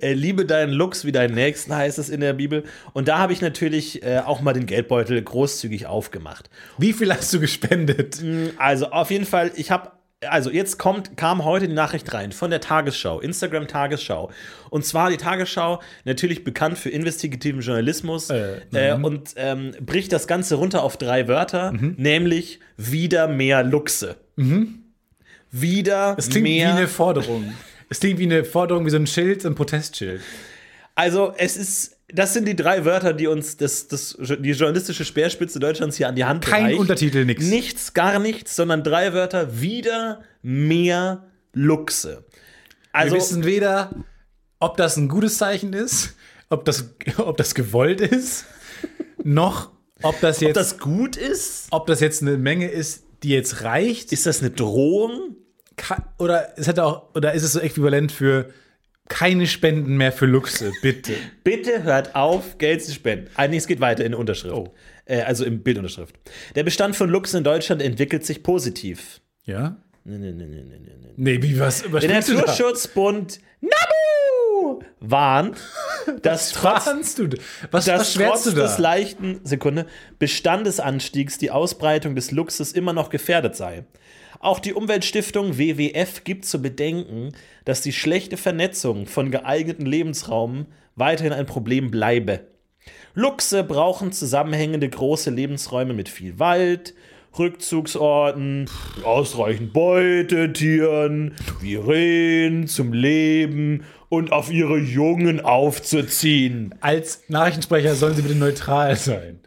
Speaker 2: äh, Liebe deinen Lux wie deinen Nächsten heißt es in der Bibel. Und da habe ich natürlich äh, auch mal den Geldbeutel großzügig aufgemacht.
Speaker 1: Wie viel hast du gespendet?
Speaker 2: Also auf jeden Fall, ich habe also jetzt kommt kam heute die Nachricht rein von der Tagesschau, Instagram Tagesschau. Und zwar die Tagesschau natürlich bekannt für investigativen Journalismus
Speaker 1: Äh,
Speaker 2: äh, und ähm, bricht das Ganze runter auf drei Wörter,
Speaker 1: Mhm.
Speaker 2: nämlich wieder mehr Luchse. Wieder
Speaker 1: Es klingt
Speaker 2: mehr
Speaker 1: wie eine Forderung. Es klingt wie eine Forderung, wie so ein Schild, ein Protestschild.
Speaker 2: Also, es ist. Das sind die drei Wörter, die uns das, das, die journalistische Speerspitze Deutschlands hier an die Hand
Speaker 1: Kein
Speaker 2: reicht.
Speaker 1: Untertitel, nix.
Speaker 2: Nichts, gar nichts, sondern drei Wörter. Wieder mehr Luchse.
Speaker 1: Wir
Speaker 2: Also,
Speaker 1: wissen weder, ob das ein gutes Zeichen ist, ob das, (laughs) ob das gewollt ist, noch ob das
Speaker 2: ob
Speaker 1: jetzt, ob das,
Speaker 2: das gut ist?
Speaker 1: jetzt eine Menge ist, die jetzt reicht,
Speaker 2: Ist das eine Drohung?
Speaker 1: ka- oder es hätte auch, oder ist es so äquivalent für keine Spenden mehr für
Speaker 2: (laughs)
Speaker 1: Luxe, bitte.
Speaker 2: Bitte hört auf, Geld zu spenden. Ah, nee, es geht weiter in der Unterschrift.
Speaker 1: Oh.
Speaker 2: Äh, also im Bildunterschrift. Der Bestand von Luchsen in Deutschland entwickelt sich positiv.
Speaker 1: ja?
Speaker 2: Nee, nee, nee, nee, nee, nee, nee.
Speaker 1: Nee, wie was
Speaker 2: Der
Speaker 1: überspringst du da?
Speaker 2: Naturschutzbund NABU
Speaker 1: (laughs)
Speaker 2: warnt, dass trotz
Speaker 1: Kannst du? Was, was
Speaker 2: dass trotz
Speaker 1: schwärzt du da?
Speaker 2: des leichten Sekunde, Bestandesanstiegs die Ausbreitung des Luchses immer noch gefährdet sei. Auch die Umweltstiftung WWF gibt zu bedenken, dass die schlechte Vernetzung von geeigneten Lebensraum weiterhin ein Problem bleibe. Luchse brauchen zusammenhängende große Lebensräume mit viel Wald, Rückzugsorten, ausreichend Beutetieren, wie Rehen zum Leben und auf ihre Jungen aufzuziehen.
Speaker 1: Als Nachrichtensprecher sollen sie bitte neutral sein.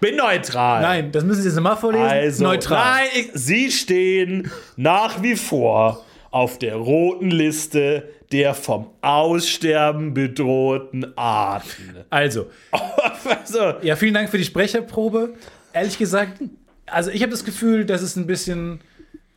Speaker 2: bin neutral.
Speaker 1: Nein, das müssen Sie jetzt nochmal vorlesen.
Speaker 2: also,
Speaker 1: neutral.
Speaker 2: Nein, ich, Sie stehen nach wie vor auf der roten Liste der vom Aussterben bedrohten Arten.
Speaker 1: Also,
Speaker 2: also,
Speaker 1: ja, vielen Dank für die Sprecherprobe. Ehrlich gesagt, also ich habe das Gefühl, dass es ein bisschen,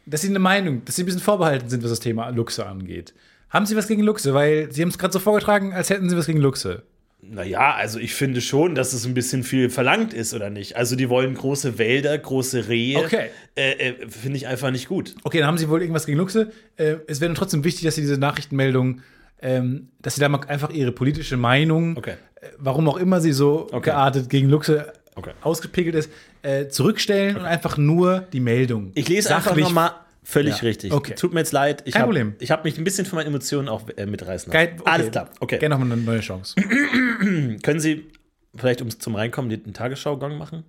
Speaker 1: dass Sie eine Meinung, dass Sie ein bisschen vorbehalten sind, was das Thema Luxe angeht. Haben Sie was gegen Luxe? Weil Sie haben es gerade so vorgetragen, als hätten Sie was gegen Luxe.
Speaker 2: naja, also ich finde schon, dass es ein bisschen viel verlangt ist, oder nicht? Also, die wollen große Wälder, große Rehe.
Speaker 1: Okay.
Speaker 2: Äh, äh, finde ich einfach nicht gut.
Speaker 1: Okay, dann haben Sie wohl irgendwas gegen Luxe. Äh, es wäre trotzdem wichtig, dass Sie diese Nachrichtenmeldung, ähm, dass Sie da mal einfach Ihre politische Meinung,
Speaker 2: Okay.
Speaker 1: äh, warum auch immer sie so geartet gegen Luxe
Speaker 2: Okay.
Speaker 1: ausgepegelt ist, äh, zurückstellen und einfach nur die Meldung.
Speaker 2: Ich lese einfach
Speaker 1: Sachlich
Speaker 2: nochmal. Völlig
Speaker 1: Ja,
Speaker 2: richtig.
Speaker 1: okay.
Speaker 2: Tut mir jetzt leid. Ich
Speaker 1: Kein
Speaker 2: hab-
Speaker 1: Problem.
Speaker 2: Ich habe mich ein bisschen von meinen Emotionen auch äh, mitreißen
Speaker 1: Geil,
Speaker 2: lassen.
Speaker 1: okay.
Speaker 2: Alles klar. Okay.
Speaker 1: Gerne nochmal eine neue Chance.
Speaker 2: Können Sie vielleicht ums zum Reinkommen den Tagesschau-Gong machen?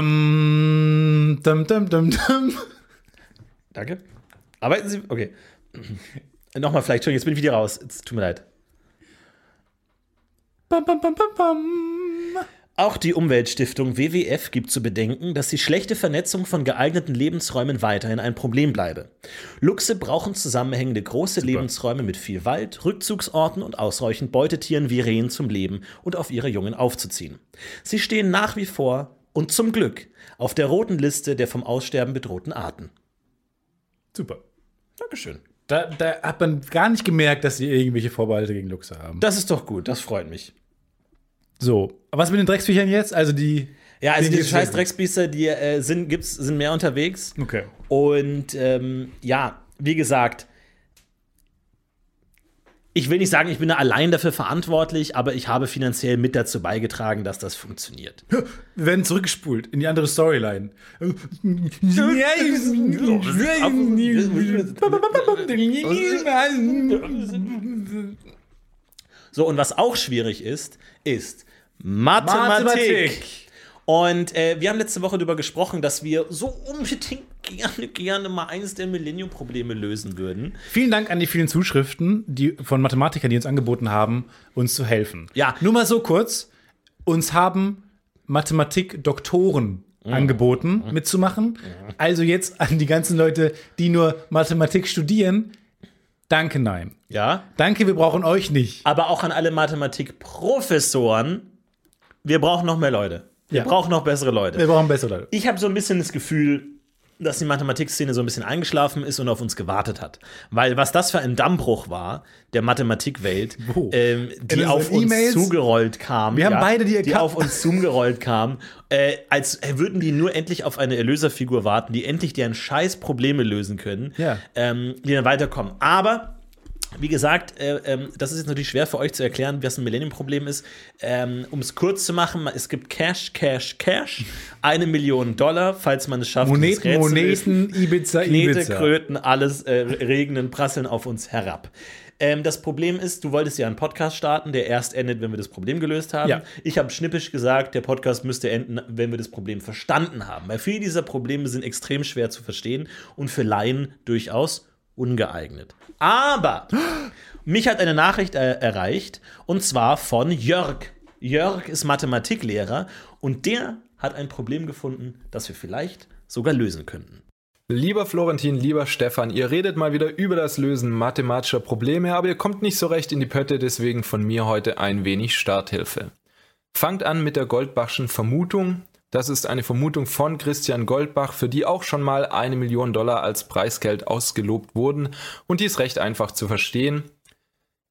Speaker 1: Rum, dum, dum, dum, dum.
Speaker 2: Danke. Arbeiten Sie. Okay. (clears throat) Nochmal vielleicht, Entschuldigung, jetzt bin ich wieder raus. Es tut mir leid.
Speaker 1: Bam, bam, bam, bam, bam.
Speaker 2: Auch die Umweltstiftung WWF gibt zu bedenken, dass die schlechte Vernetzung von geeigneten Lebensräumen weiterhin ein Problem bleibe. Luchse brauchen zusammenhängende große Lebensräume mit viel Wald, Rückzugsorten und ausreichend Beutetieren wie Rehen zum Leben und auf ihre Jungen aufzuziehen. Sie stehen nach wie vor und zum Glück auf der roten Liste der vom Aussterben bedrohten Arten.
Speaker 1: Super.
Speaker 2: Dankeschön.
Speaker 1: Da, da hat man gar nicht gemerkt, dass sie irgendwelche Vorbehalte gegen Luxe haben.
Speaker 2: Das ist doch gut, das freut mich.
Speaker 1: So, was mit den Drecksviechern jetzt? Also die.
Speaker 2: Ja, also
Speaker 1: Denen
Speaker 2: diese
Speaker 1: geht's
Speaker 2: scheiß
Speaker 1: sehr
Speaker 2: Drecksbiester, die äh, sind, gibt's, sind mehr unterwegs.
Speaker 1: Okay.
Speaker 2: Und ähm, ja, wie gesagt, ich will nicht sagen, ich bin da allein dafür verantwortlich, aber ich habe finanziell mit dazu beigetragen, dass
Speaker 1: (laughs)
Speaker 2: das funktioniert.
Speaker 1: Wir werden zurückgespult in die andere Storyline.
Speaker 2: So, und was auch schwierig ist, ist Mathematik.
Speaker 1: Mathematik.
Speaker 2: Und äh, wir haben letzte Woche darüber gesprochen, dass wir so unbedingt gerne, gerne mal eines der Millennium-Probleme lösen würden.
Speaker 1: Vielen Dank an die vielen Zuschriften die von Mathematikern, die uns angeboten haben, uns zu helfen.
Speaker 2: Ja.
Speaker 1: Nur mal so kurz. Uns haben Mathematik-Doktoren
Speaker 2: Mhm.
Speaker 1: angeboten, mitzumachen. Also jetzt an die ganzen Leute, die nur Mathematik studieren. Danke, nein.
Speaker 2: Ja?
Speaker 1: Danke, wir brauchen euch nicht.
Speaker 2: Aber auch an alle Mathematikprofessoren, wir brauchen noch mehr Leute. Wir
Speaker 1: Ja.
Speaker 2: brauchen noch bessere Leute.
Speaker 1: Wir brauchen bessere Leute.
Speaker 2: ich habe so ein bisschen das Gefühl, dass die Mathematikszene so ein bisschen eingeschlafen ist und auf uns gewartet hat. Weil was das für ein Dammbruch war, der Mathematikwelt,
Speaker 1: Wo?
Speaker 2: ähm, die
Speaker 1: unseren
Speaker 2: auf uns
Speaker 1: E-Mails?
Speaker 2: zugerollt kam.
Speaker 1: Wir haben beide die
Speaker 2: die
Speaker 1: Account-
Speaker 2: auf uns zugerollt kam, äh, als würden die nur endlich auf eine Erlöserfigur warten, die endlich deren scheiß Probleme lösen können,
Speaker 1: Ja.
Speaker 2: ähm, die dann weiterkommen. Aber wie gesagt, äh, ähm, das ist jetzt natürlich schwer für euch zu erklären, was ein Millennium-Problem ist. Ähm, um es kurz zu machen, es gibt Cash, Cash, Cash. Eine Million Dollar, falls man es schafft. dieses
Speaker 1: Moneten,
Speaker 2: Rätsel
Speaker 1: Moneten, Ibiza,
Speaker 2: Knete,
Speaker 1: Ibiza.
Speaker 2: Kröten, alles äh, regnen, prasseln auf uns herab. Ähm, das Problem ist, du wolltest ja einen Podcast starten, der erst endet, wenn wir das Problem gelöst haben.
Speaker 1: Ja.
Speaker 2: Ich habe schnippisch gesagt, der Podcast müsste enden, wenn wir das Problem verstanden haben. Weil viele dieser Probleme sind extrem schwer zu verstehen und für Laien durchaus ungeeignet. Aber mich hat eine Nachricht äh, erreicht und zwar von Jörg. Jörg ist Mathematiklehrer und der hat ein Problem gefunden, das wir vielleicht sogar lösen könnten.
Speaker 3: Lieber Florentin, lieber Stefan, ihr redet mal wieder über das Lösen mathematischer Probleme, aber ihr kommt nicht so recht in die Pötte, deswegen von mir heute ein wenig Starthilfe. Fangt an mit der Goldbachschen Vermutung. Das ist eine Vermutung von Christian Goldbach, für die auch schon mal eine Million Dollar als Preisgeld ausgelobt wurden und die ist recht einfach zu verstehen.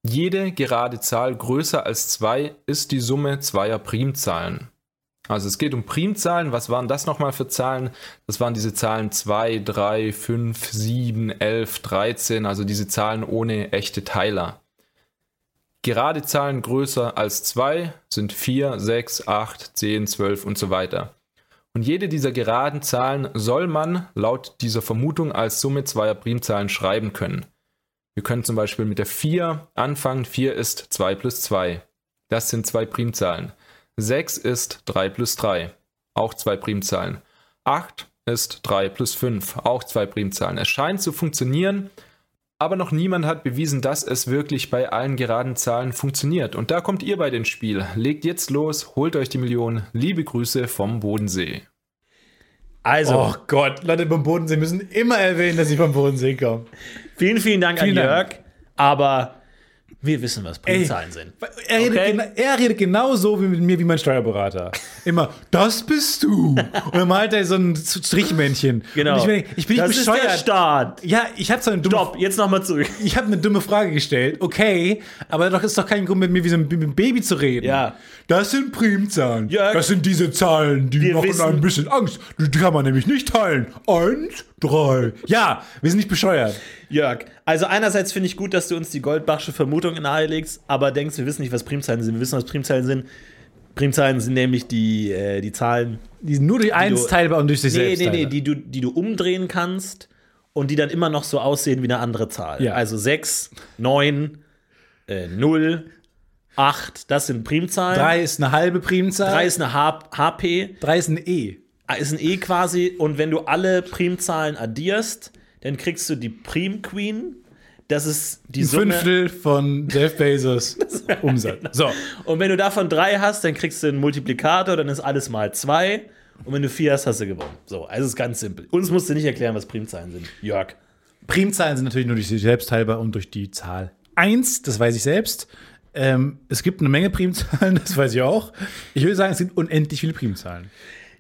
Speaker 3: Jede gerade Zahl größer als 2 ist die Summe zweier Primzahlen. Also es geht um Primzahlen. Was waren das nochmal für Zahlen? Das waren diese Zahlen 2, 3, 5, 7, 11, 13, also diese Zahlen ohne echte Teiler. Gerade Zahlen größer als 2 sind 4, 6, 8, 10, 12 und so weiter. Und jede dieser geraden Zahlen soll man laut dieser Vermutung als Summe zweier Primzahlen schreiben können. Wir können zum Beispiel mit der 4 anfangen. 4 ist 2 plus 2. Das sind zwei Primzahlen. 6 ist 3 plus 3, auch zwei Primzahlen. 8 ist 3 plus 5, auch zwei Primzahlen. Es scheint zu funktionieren, aber noch niemand hat bewiesen, dass es wirklich bei allen geraden Zahlen funktioniert. Und da kommt ihr bei ins Spiel. Legt jetzt los, holt euch die Millionen. Liebe Grüße vom Bodensee.
Speaker 2: Also,
Speaker 1: Oh Gott, Leute vom Bodensee müssen immer erwähnen, dass sie vom Bodensee kommen.
Speaker 2: vielen, vielen Dank
Speaker 1: Vielen
Speaker 2: an
Speaker 1: Dank.
Speaker 2: Jörg. Aber wir wissen, was Primzahlen sind.
Speaker 1: Er redet,
Speaker 2: Okay.
Speaker 1: gena er redet genauso wie mit mir wie mein Steuerberater. Immer, das bist du. Und dann malt er so ein Strichmännchen.
Speaker 2: Genau.
Speaker 1: Und ich, bin, ich bin nicht
Speaker 2: das
Speaker 1: bescheuert.
Speaker 2: ist der Staat.
Speaker 1: Ja, ich habe so eine dumme,
Speaker 2: Stopp, jetzt nochmal zurück.
Speaker 1: ich hab eine dumme Frage gestellt. Okay, aber doch ist doch kein Grund, mit mir wie so ein, mit einem Baby zu reden.
Speaker 2: Ja.
Speaker 1: Das sind Primzahlen.
Speaker 2: Ja.
Speaker 1: Das sind diese Zahlen, die
Speaker 2: Wir
Speaker 1: machen
Speaker 2: wissen-
Speaker 1: ein bisschen Angst. Die kann man nämlich nicht teilen. Eins, drei. Ja, wir sind nicht bescheuert.
Speaker 2: Jörg, also einerseits finde ich gut, dass du uns die Goldbachsche Vermutung nahelegst, aber denkst, wir wissen nicht, was Primzahlen sind. Wir wissen, was Primzahlen sind. Primzahlen sind nämlich die, äh, die Zahlen,
Speaker 1: Die sind nur durch eins teilbar und durch sich
Speaker 2: nee,
Speaker 1: selbst.
Speaker 2: nee, nee,
Speaker 1: teilbar.
Speaker 2: die du, die du umdrehen kannst und die dann immer noch so aussehen wie eine andere Zahl.
Speaker 1: Ja.
Speaker 2: Also 6, 9, äh, 0, 8, das sind Primzahlen.
Speaker 1: Drei ist eine halbe Primzahl.
Speaker 2: Drei ist eine H HP,
Speaker 1: Drei ist ein E.
Speaker 2: ist ein E quasi. Und wenn du alle Primzahlen addierst, dann kriegst du die Prim Queen. Das ist die
Speaker 1: Ein
Speaker 2: Summe.
Speaker 1: Fünftel von Jeff Bezos Umsatz. So,
Speaker 2: Und wenn du davon drei hast, dann kriegst du einen Multiplikator, dann ist alles mal zwei. Und wenn du vier hast, hast du gewonnen. So, also ist ganz simpel. Uns musst du nicht erklären, was Primzahlen sind. Jörg.
Speaker 1: Primzahlen sind natürlich nur durch sich selbst teilbar und durch die Zahl 1, das weiß ich selbst. Ähm, es gibt eine Menge Primzahlen, (laughs) das weiß ich auch. Ich würde sagen, es sind unendlich viele Primzahlen.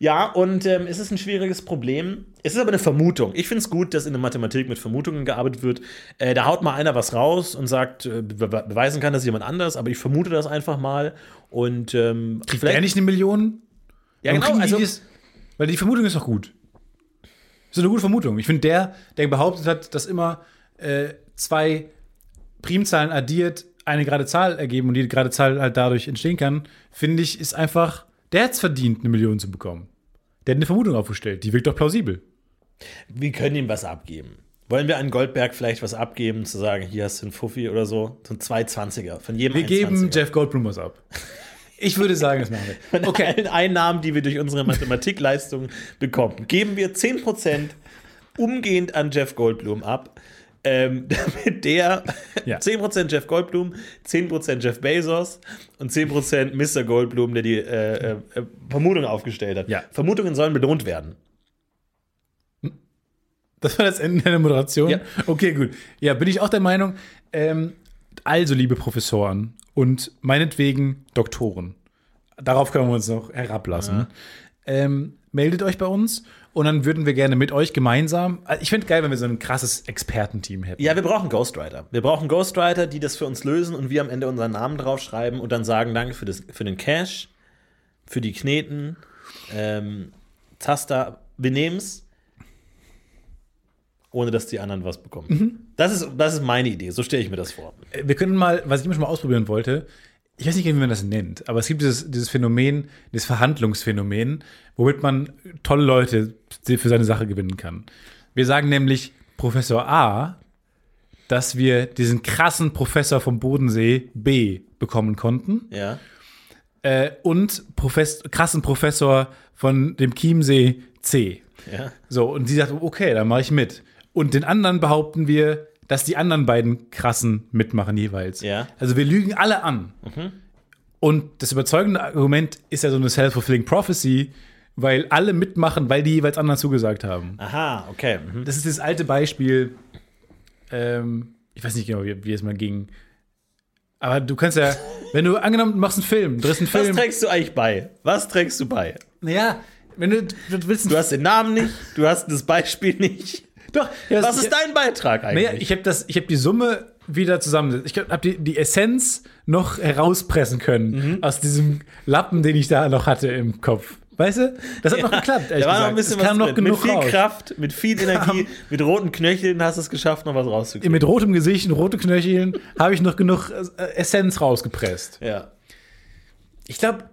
Speaker 2: Ja, und ähm, es ist ein schwieriges Problem. Es ist aber eine Vermutung. Ich finde es gut, dass in der Mathematik mit Vermutungen gearbeitet wird. Äh, da haut mal einer was raus und sagt, äh, be be- beweisen kann das jemand anders, aber ich vermute das einfach mal. Und ähm,
Speaker 1: Vielleicht
Speaker 2: vielleicht.
Speaker 1: Wäre nicht eine Million?
Speaker 2: Ja,
Speaker 1: Warum
Speaker 2: genau,
Speaker 1: kriegen die
Speaker 2: also,
Speaker 1: das- weil die Vermutung ist doch gut. Das ist eine gute Vermutung. Ich finde, der, der behauptet hat, dass immer äh, zwei Primzahlen addiert eine gerade Zahl ergeben und die gerade Zahl halt dadurch entstehen kann, finde ich, ist einfach, der hat es verdient, eine Million zu bekommen. Der hat eine Vermutung aufgestellt, die wirkt doch plausibel.
Speaker 2: Wir können ihm was abgeben. Wollen wir an Goldberg vielleicht was abgeben, zu sagen, hier hast du einen Fuffi oder so? So ein 220er von jedem
Speaker 1: Wir geben
Speaker 2: 21er.
Speaker 1: Jeff Goldblum was ab. Ich würde sagen, das machen wir.
Speaker 2: Von allen Einnahmen, die wir durch unsere Mathematikleistung (laughs) bekommen, geben wir 10% umgehend an Jeff Goldblum ab. Ähm, (laughs) damit der
Speaker 1: Ja.
Speaker 2: 10% Jeff Goldblum, 10% Jeff Bezos und 10% Mr. Goldblum, der die äh, äh, äh, Vermutung aufgestellt hat.
Speaker 1: Ja.
Speaker 2: Vermutungen sollen belohnt werden.
Speaker 1: Das war das Ende der Moderation.
Speaker 2: Ja.
Speaker 1: Okay, gut. Ja, bin ich auch der Meinung. Ähm, also, liebe Professoren und meinetwegen Doktoren, darauf können wir uns noch herablassen. Ähm, meldet euch bei uns und dann würden wir gerne mit euch gemeinsam. Also Ich fände geil, wenn wir so ein krasses Expertenteam hätten.
Speaker 2: Ja, wir brauchen Ghostwriter. Wir brauchen Ghostwriter, die das für uns lösen und wir am Ende unseren Namen draufschreiben und dann sagen Danke für, das, für den Cash, für die Kneten, ähm, Taster, wir nehmen's, ohne dass die anderen was bekommen. Das, ist, das ist meine Idee, so stelle ich mir das vor.
Speaker 1: Äh, Wir können mal, was ich immer schon mal ausprobieren wollte, ich weiß nicht, wie man das nennt, aber es gibt dieses, dieses Phänomen, dieses Verhandlungsphänomen, womit man tolle Leute für seine Sache gewinnen kann. Wir sagen nämlich Professor A, dass wir diesen krassen Professor vom Bodensee B bekommen konnten
Speaker 2: Ja.
Speaker 1: äh, und Profess krassen Professor von dem Chiemsee C.
Speaker 2: ja.
Speaker 1: So, und sie sagt, okay, dann mache ich mit. Und den anderen behaupten wir, dass die anderen beiden krassen mitmachen jeweils.
Speaker 2: Ja.
Speaker 1: Also wir lügen alle an. Und das überzeugende Argument ist ja so eine self-fulfilling prophecy, weil alle mitmachen, weil die jeweils anderen zugesagt haben.
Speaker 2: Aha, okay. Mhm.
Speaker 1: Das ist das alte Beispiel. Ähm, ich weiß nicht genau, wie, wie es mal ging. Aber du kannst ja, wenn du angenommen, du machst einen Film, drehst einen
Speaker 2: Was
Speaker 1: Film.
Speaker 2: trägst du eigentlich bei? Was trägst du bei?
Speaker 1: Naja, wenn du, du willst einen
Speaker 2: Du hast den Namen nicht, du hast das Beispiel nicht.
Speaker 1: Doch, ja,
Speaker 2: Was
Speaker 1: ja-
Speaker 2: ist dein Beitrag eigentlich?
Speaker 1: Naja, ich habe das, ich habe die Summe wieder zusammen. Ich habe die, die Essenz noch herauspressen können
Speaker 2: Mhm.
Speaker 1: aus diesem Lappen, den ich da noch hatte im Kopf. Weißt du? Das hat noch geklappt. Ehrlich
Speaker 2: Da
Speaker 1: gesagt.
Speaker 2: war noch ein bisschen
Speaker 1: es
Speaker 2: was
Speaker 1: kam noch
Speaker 2: drin.
Speaker 1: genug
Speaker 2: Mit viel
Speaker 1: raus.
Speaker 2: Kraft, mit viel Energie, mit roten Knöcheln hast du es geschafft, noch was rauszukriegen.
Speaker 1: Mit rotem Gesicht und rote Knöcheln habe ich noch genug äh, Essenz rausgepresst.
Speaker 2: Ja.
Speaker 1: Ich glaube,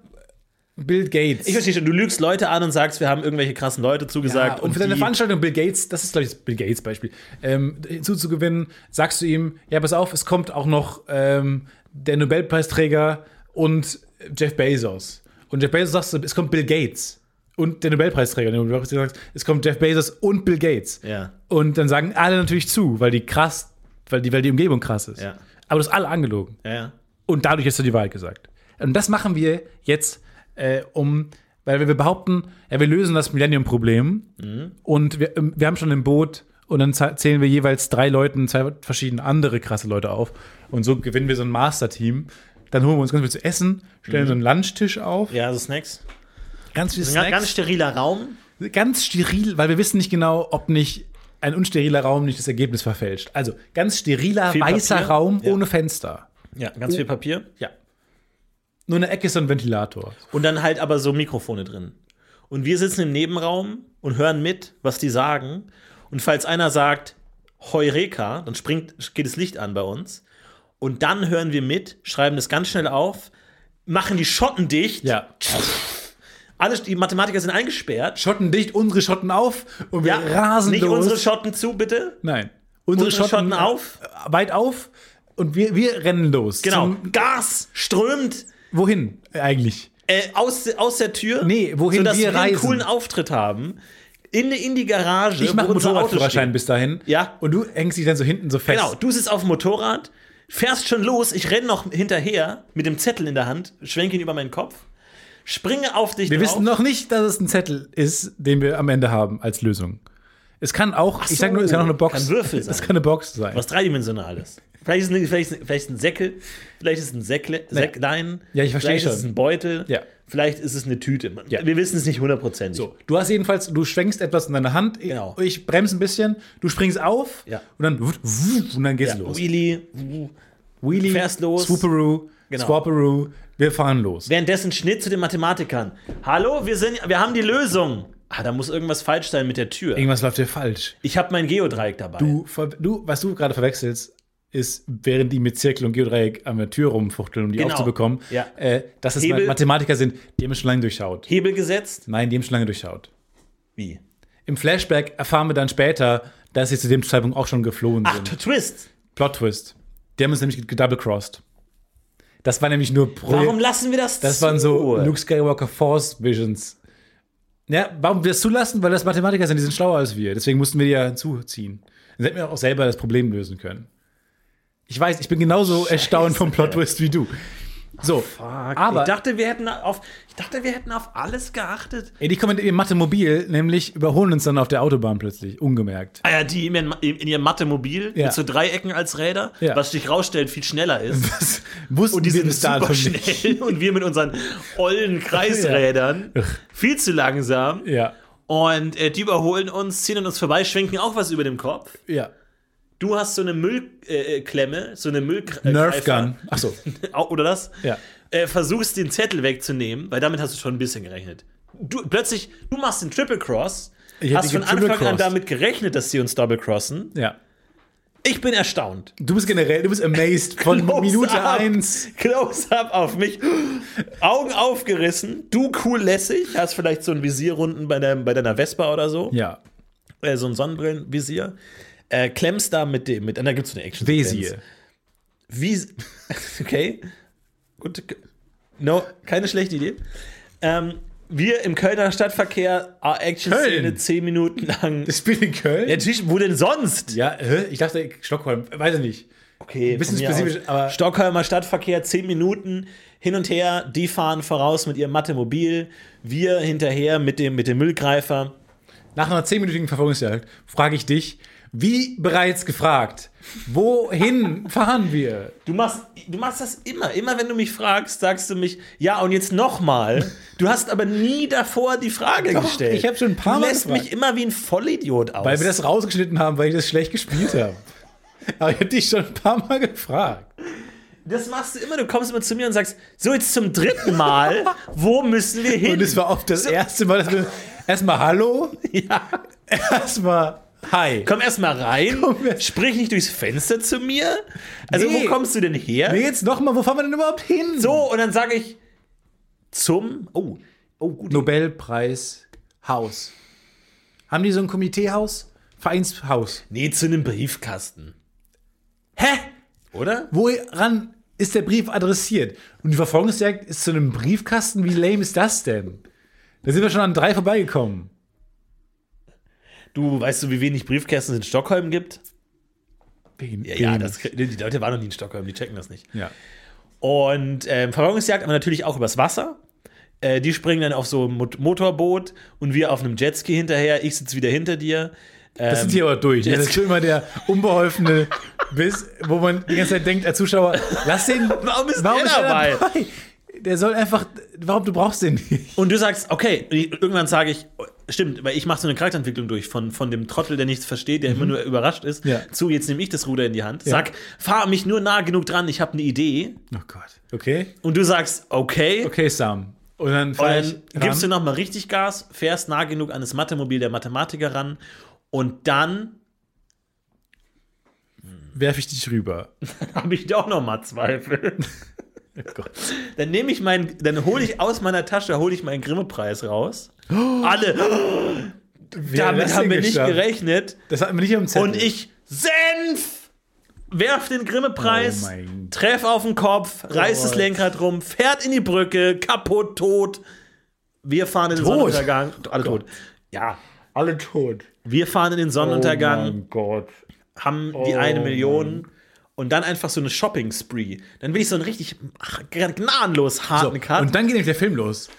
Speaker 1: Bill Gates.
Speaker 2: Ich verstehe schon, du lügst Leute an und sagst, wir haben irgendwelche krassen Leute zugesagt.
Speaker 1: Ja, Ah, und für deine
Speaker 2: die-
Speaker 1: Veranstaltung Bill Gates, das ist, glaube ich, das Bill Gates Beispiel, ähm, hinzuzugewinnen, sagst du ihm, ja, pass auf, es kommt auch noch ähm, der Nobelpreisträger und Jeff Bezos. Und Jeff Bezos sagst du, es kommt Bill Gates und der Nobelpreisträger. Und der Nobelpreisträger sagt, es kommt Jeff Bezos und Bill Gates.
Speaker 2: Ja.
Speaker 1: Und dann sagen alle natürlich zu, weil die krass, weil die, weil die Umgebung krass ist.
Speaker 2: Ja.
Speaker 1: Aber du hast alle angelogen.
Speaker 2: Ja, ja.
Speaker 1: Und dadurch hast du die Wahrheit gesagt. Und das machen wir jetzt, äh, um, weil wir behaupten, ja, wir lösen das Millennium-Problem
Speaker 2: Mhm.
Speaker 1: und wir, ähm, wir haben schon ein Boot und dann zah- zählen wir jeweils drei Leuten, zwei verschiedene andere krasse Leute auf. Und so gewinnen wir so ein Master-Team. Dann holen wir uns ganz viel zu essen, stellen so einen Lunchtisch auf,
Speaker 2: Mhm. Ja, so Snacks.
Speaker 1: ganz viel
Speaker 2: Ein
Speaker 1: Snacks,
Speaker 2: ganz steriler Raum.
Speaker 1: ganz steril, weil wir wissen nicht genau, ob nicht ein unsteriler Raum nicht das Ergebnis verfälscht. Also ganz steriler,
Speaker 2: Viel
Speaker 1: weißer
Speaker 2: Papier.
Speaker 1: Raum
Speaker 2: Ja.
Speaker 1: ohne Fenster.
Speaker 2: Ja, ganz viel Papier.
Speaker 1: Oh. Ja. Nur eine Ecke ist so ein Ventilator.
Speaker 2: Und dann halt aber so Mikrofone drin. Und wir sitzen im Nebenraum und hören mit, was die sagen. Und falls einer sagt, Heureka, dann springt, geht das Licht an bei uns. Und dann hören wir mit, schreiben das ganz schnell auf, machen die Schotten dicht.
Speaker 1: Ja.
Speaker 2: Alle, die Mathematiker sind eingesperrt.
Speaker 1: Schotten dicht, unsere Schotten auf und wir rasen
Speaker 2: nicht
Speaker 1: los.
Speaker 2: unsere Schotten zu, bitte.
Speaker 1: Nein.
Speaker 2: Unsere Schotten auf.
Speaker 1: äh, Weit auf und wir, wir rennen los.
Speaker 2: Genau.
Speaker 1: Zum,
Speaker 2: Gas strömt
Speaker 1: wohin eigentlich?
Speaker 2: äh, aus, aus der Tür.
Speaker 1: Nee, wohin
Speaker 2: sodass
Speaker 1: wir
Speaker 2: wir einen
Speaker 1: reisen.
Speaker 2: coolen Auftritt haben. In, in die Garage.
Speaker 1: Ich mache
Speaker 2: wo unser Auto
Speaker 1: Motorradführerschein
Speaker 2: steht.
Speaker 1: bis dahin.
Speaker 2: Ja.
Speaker 1: Und du hängst dich dann so hinten so fest.
Speaker 2: Genau, du sitzt auf dem Motorrad, fährst schon los, ich renne noch hinterher mit dem Zettel in der Hand, schwenke ihn über meinen Kopf, springe auf dich
Speaker 1: Wir
Speaker 2: drauf.
Speaker 1: wissen noch nicht, dass es ein Zettel ist, den wir am Ende haben als Lösung. Es kann auch, ich sag nur, es kann auch eine Box
Speaker 2: kann Würfel
Speaker 1: (laughs)
Speaker 2: sein.
Speaker 1: Es kann eine Box sein.
Speaker 2: was dreidimensionales. Vielleicht ist, ein- vielleicht, ist, vielleicht ist ein Säckel, vielleicht ist ein Säckle, Säcklein,
Speaker 1: Ja, ich verstehe
Speaker 2: vielleicht ist
Speaker 1: schon.
Speaker 2: es ein Beutel,
Speaker 1: Ja.
Speaker 2: vielleicht ist es eine Tüte.
Speaker 1: Ja.
Speaker 2: Wir wissen es nicht hundertprozentig.
Speaker 1: So, du hast jedenfalls, du schwenkst etwas in deiner Hand, ich-
Speaker 2: Genau.
Speaker 1: ich bremse ein bisschen, du springst auf
Speaker 2: Ja.
Speaker 1: und dann wut, wut, und dann geht's
Speaker 2: Ja,
Speaker 1: los.
Speaker 2: Wheelie,
Speaker 1: Wheelie,
Speaker 2: fährst los.
Speaker 1: Swooperoo,
Speaker 2: Genau.
Speaker 1: Swapperoo, wir fahren los.
Speaker 2: Währenddessen Schnitt zu den Mathematikern. Hallo, wir, sind, wir haben die Lösung. Ah, da muss irgendwas falsch sein mit der Tür.
Speaker 1: Irgendwas läuft hier falsch.
Speaker 2: Ich habe mein Geodreieck dabei.
Speaker 1: Du, ver- du was du gerade verwechselst, ist, während die mit Zirkel und Geodreieck an der Tür rumfuchteln, um die
Speaker 2: Genau.
Speaker 1: aufzubekommen,
Speaker 2: Ja.
Speaker 1: äh, dass es
Speaker 2: Hebel-
Speaker 1: Mathematiker sind, die haben es schon lange durchschaut.
Speaker 2: Hebel gesetzt?
Speaker 1: Nein, die haben es schon lange durchschaut.
Speaker 2: Wie?
Speaker 1: Im Flashback erfahren wir dann später, dass sie zu dem Zeitpunkt auch schon geflohen
Speaker 2: Ach,
Speaker 1: sind.
Speaker 2: Twist!
Speaker 1: Plot Twist. Die haben uns nämlich gedoublecrossed. Das war nämlich nur Pro
Speaker 2: Warum lassen wir das
Speaker 1: Das waren so Luke Skywalker Force Visions. Ja, warum wir das zulassen? Weil das Mathematiker sind, die sind schlauer als wir. Deswegen mussten wir die ja hinzuziehen. Dann hätten wir auch selber das Problem lösen können. Ich weiß, ich bin genauso erstaunt vom Plot Twist wie du. So,
Speaker 2: Aber
Speaker 1: aber
Speaker 2: ich dachte, wir hätten auf, ich dachte, wir hätten auf alles geachtet.
Speaker 1: ey, die kommen mit ihrem Mathemobil, nämlich überholen uns dann auf der Autobahn plötzlich, ungemerkt.
Speaker 2: Ah ja, die in, ihren- in ihrem Mathe-Mobil
Speaker 1: Ja.
Speaker 2: mit so Dreiecken als Räder,
Speaker 1: Ja.
Speaker 2: was sich rausstellt, viel schneller ist.
Speaker 1: Das wussten
Speaker 2: Und die
Speaker 1: wir
Speaker 2: sind
Speaker 1: bis dato
Speaker 2: super
Speaker 1: nicht.
Speaker 2: schnell und wir mit unseren
Speaker 1: (laughs)
Speaker 2: ollen Kreisrädern viel zu langsam.
Speaker 1: Ja,
Speaker 2: Und äh, die überholen uns, ziehen an uns vorbei, schwenken auch was über dem Kopf.
Speaker 1: ja.
Speaker 2: Du hast so eine Müllklemme, äh, Klemme, so eine Müllkre- äh,
Speaker 1: Nerf
Speaker 2: Greifer.
Speaker 1: Gun. Achso,
Speaker 2: Au- Oder das?
Speaker 1: Ja.
Speaker 2: Äh, versuchst den Zettel wegzunehmen, weil damit hast du schon ein bisschen gerechnet. Du plötzlich, du machst den Triple Cross,
Speaker 1: Ich hätte
Speaker 2: hast von
Speaker 1: getriple
Speaker 2: Anfang an
Speaker 1: crossed.
Speaker 2: damit gerechnet, dass sie uns double crossen.
Speaker 1: ja.
Speaker 2: Ich bin erstaunt. (laughs)
Speaker 1: Du bist generell, du bist amazed von
Speaker 2: Close
Speaker 1: Minute
Speaker 2: up.
Speaker 1: 1.
Speaker 2: Close-up auf mich. Augen aufgerissen. Du cool lässig. Hast vielleicht so ein Visier unten bei, deinem, bei deiner Vespa oder so.
Speaker 1: Ja,
Speaker 2: Äh, so ein Sonnenbrillenvisier. Äh, klemmst da mit dem, mit, da gibt's so eine action
Speaker 1: Wesir.
Speaker 2: Wie, (laughs) okay. Gut. No, keine schlechte Idee. Ähm, wir im Kölner Stadtverkehr, ah, Action-Szene
Speaker 1: Köln.
Speaker 2: zehn Minuten lang.
Speaker 1: Das Spiel in Köln?
Speaker 2: Ja, Natürlich, wo denn sonst?
Speaker 1: Ja, hä? ich dachte Stockholm, weiß ich nicht.
Speaker 2: Okay, von
Speaker 1: bisschen
Speaker 2: mir
Speaker 1: spezifisch,
Speaker 2: aus.
Speaker 1: aber-
Speaker 2: Stockholmer Stadtverkehr, zehn Minuten hin und her, die fahren voraus mit ihrem Mathemobil, wir hinterher mit dem, mit dem Müllgreifer.
Speaker 1: Nach einer zehnminütigen Verfolgungsjagd frage ich dich, wie bereits gefragt, (laughs) wohin fahren wir?
Speaker 2: Du machst, du machst das immer. Immer wenn du mich fragst, sagst du mich, ja, und jetzt nochmal. Du hast aber nie davor die Frage
Speaker 1: Doch,
Speaker 2: gestellt.
Speaker 1: ich hab schon ein paar
Speaker 2: Du
Speaker 1: Mal
Speaker 2: lässt
Speaker 1: gefragt.
Speaker 2: mich immer wie ein Vollidiot aus.
Speaker 1: Weil wir das rausgeschnitten haben, weil ich das schlecht gespielt habe. Aber ich habe dich schon ein paar Mal gefragt.
Speaker 2: Das machst du immer. Du kommst immer zu mir und sagst, so jetzt zum
Speaker 1: (laughs)
Speaker 2: dritten Mal, wo müssen wir hin?
Speaker 1: Und es war oft das erste Mal, dass wir erstmal Hallo,
Speaker 2: (laughs)
Speaker 1: (laughs)
Speaker 2: ja.
Speaker 1: erstmal Hi.
Speaker 2: Komm erstmal rein,
Speaker 1: Komm erst-
Speaker 2: sprich nicht durchs Fenster zu mir. Also,
Speaker 1: Nee.
Speaker 2: wo kommst du denn her?
Speaker 1: Nee, jetzt nochmal, wo fahren wir denn überhaupt hin?
Speaker 2: So, und dann sage ich zum. Oh, oh, gut.
Speaker 1: Nobelpreis Haus. Haben die so ein Komiteehaus? Vereinshaus.
Speaker 2: Nee, zu einem Briefkasten. Hä? Oder?
Speaker 1: Woran ist der Brief adressiert? Und die Verfolgungsjagd ist zu einem Briefkasten. Wie lame ist das denn? Da sind wir schon an drei vorbeigekommen.
Speaker 2: Du weißt du, wie wenig Briefkästen es in Stockholm gibt?
Speaker 1: Wen-
Speaker 2: Ja, ja
Speaker 1: wen-
Speaker 2: das, Ähm, die Leute waren noch nie in Stockholm, die checken das nicht.
Speaker 1: ja.
Speaker 2: Und ähm, Verfolgungsjagd, aber natürlich auch übers Wasser. Äh, die springen dann auf so ein Mot Motorboot und wir auf einem Jetski hinterher. Ich sitze wieder hinter dir.
Speaker 1: Das sind die aber durch. Ne? Das ist schon immer der
Speaker 2: (laughs)
Speaker 1: unbeholfene Biss, wo man die ganze Zeit denkt, als Zuschauer, lass den.
Speaker 2: (laughs) Warum ist der dabei?
Speaker 1: Der soll einfach. Warum du brauchst den nicht?
Speaker 2: Und du sagst, okay, irgendwann sage ich, oh, stimmt, weil ich mache so eine Charakterentwicklung durch von, von dem Trottel, der nichts versteht, der immer nur überrascht ist,
Speaker 1: Mhm. Ja.
Speaker 2: zu, jetzt nehme ich das Ruder in die Hand, sag, fahr mich nur nah genug dran, ich habe eine Idee.
Speaker 1: Oh Gott. Okay.
Speaker 2: Und du sagst, okay,
Speaker 1: Okay, Sam. Und dann,
Speaker 2: und
Speaker 1: fahr
Speaker 2: dann
Speaker 1: ich
Speaker 2: gibst du
Speaker 1: ran.
Speaker 2: nochmal richtig Gas, fährst nah genug an das Mathemobil der Mathematiker ran und dann
Speaker 1: werf ich dich rüber.
Speaker 2: habe ich doch nochmal Zweifel.
Speaker 1: Oh Gott.
Speaker 2: (laughs) Dann nehme ich meinen, dann hole ich aus meiner Tasche, hole ich meinen Grimme-Preis raus. Alle,
Speaker 1: Wer hat
Speaker 2: damit
Speaker 1: Oh. das
Speaker 2: haben
Speaker 1: denn
Speaker 2: wir nicht
Speaker 1: geschafft?
Speaker 2: gerechnet.
Speaker 1: Das hatten wir nicht am Zettel.
Speaker 2: Und ich Senf! Werf den
Speaker 1: Oh
Speaker 2: Grimme-Preis,
Speaker 1: mein Oh
Speaker 2: treff auf den Kopf, reiß das
Speaker 1: Gott.
Speaker 2: Lenkrad rum, fährt in die Brücke, kaputt, tot. Wir fahren in den
Speaker 1: Tot?
Speaker 2: Sonnenuntergang. Alle tot. Ja,
Speaker 1: Alle tot.
Speaker 2: wir fahren in den Sonnenuntergang,
Speaker 1: Oh Gott. Oh
Speaker 2: haben die eine Million und dann einfach so eine Shopping-Spree. Dann will ich so einen richtig ach, gnadenlos
Speaker 1: So,
Speaker 2: harten Cut.
Speaker 1: und dann geht nämlich der Film los.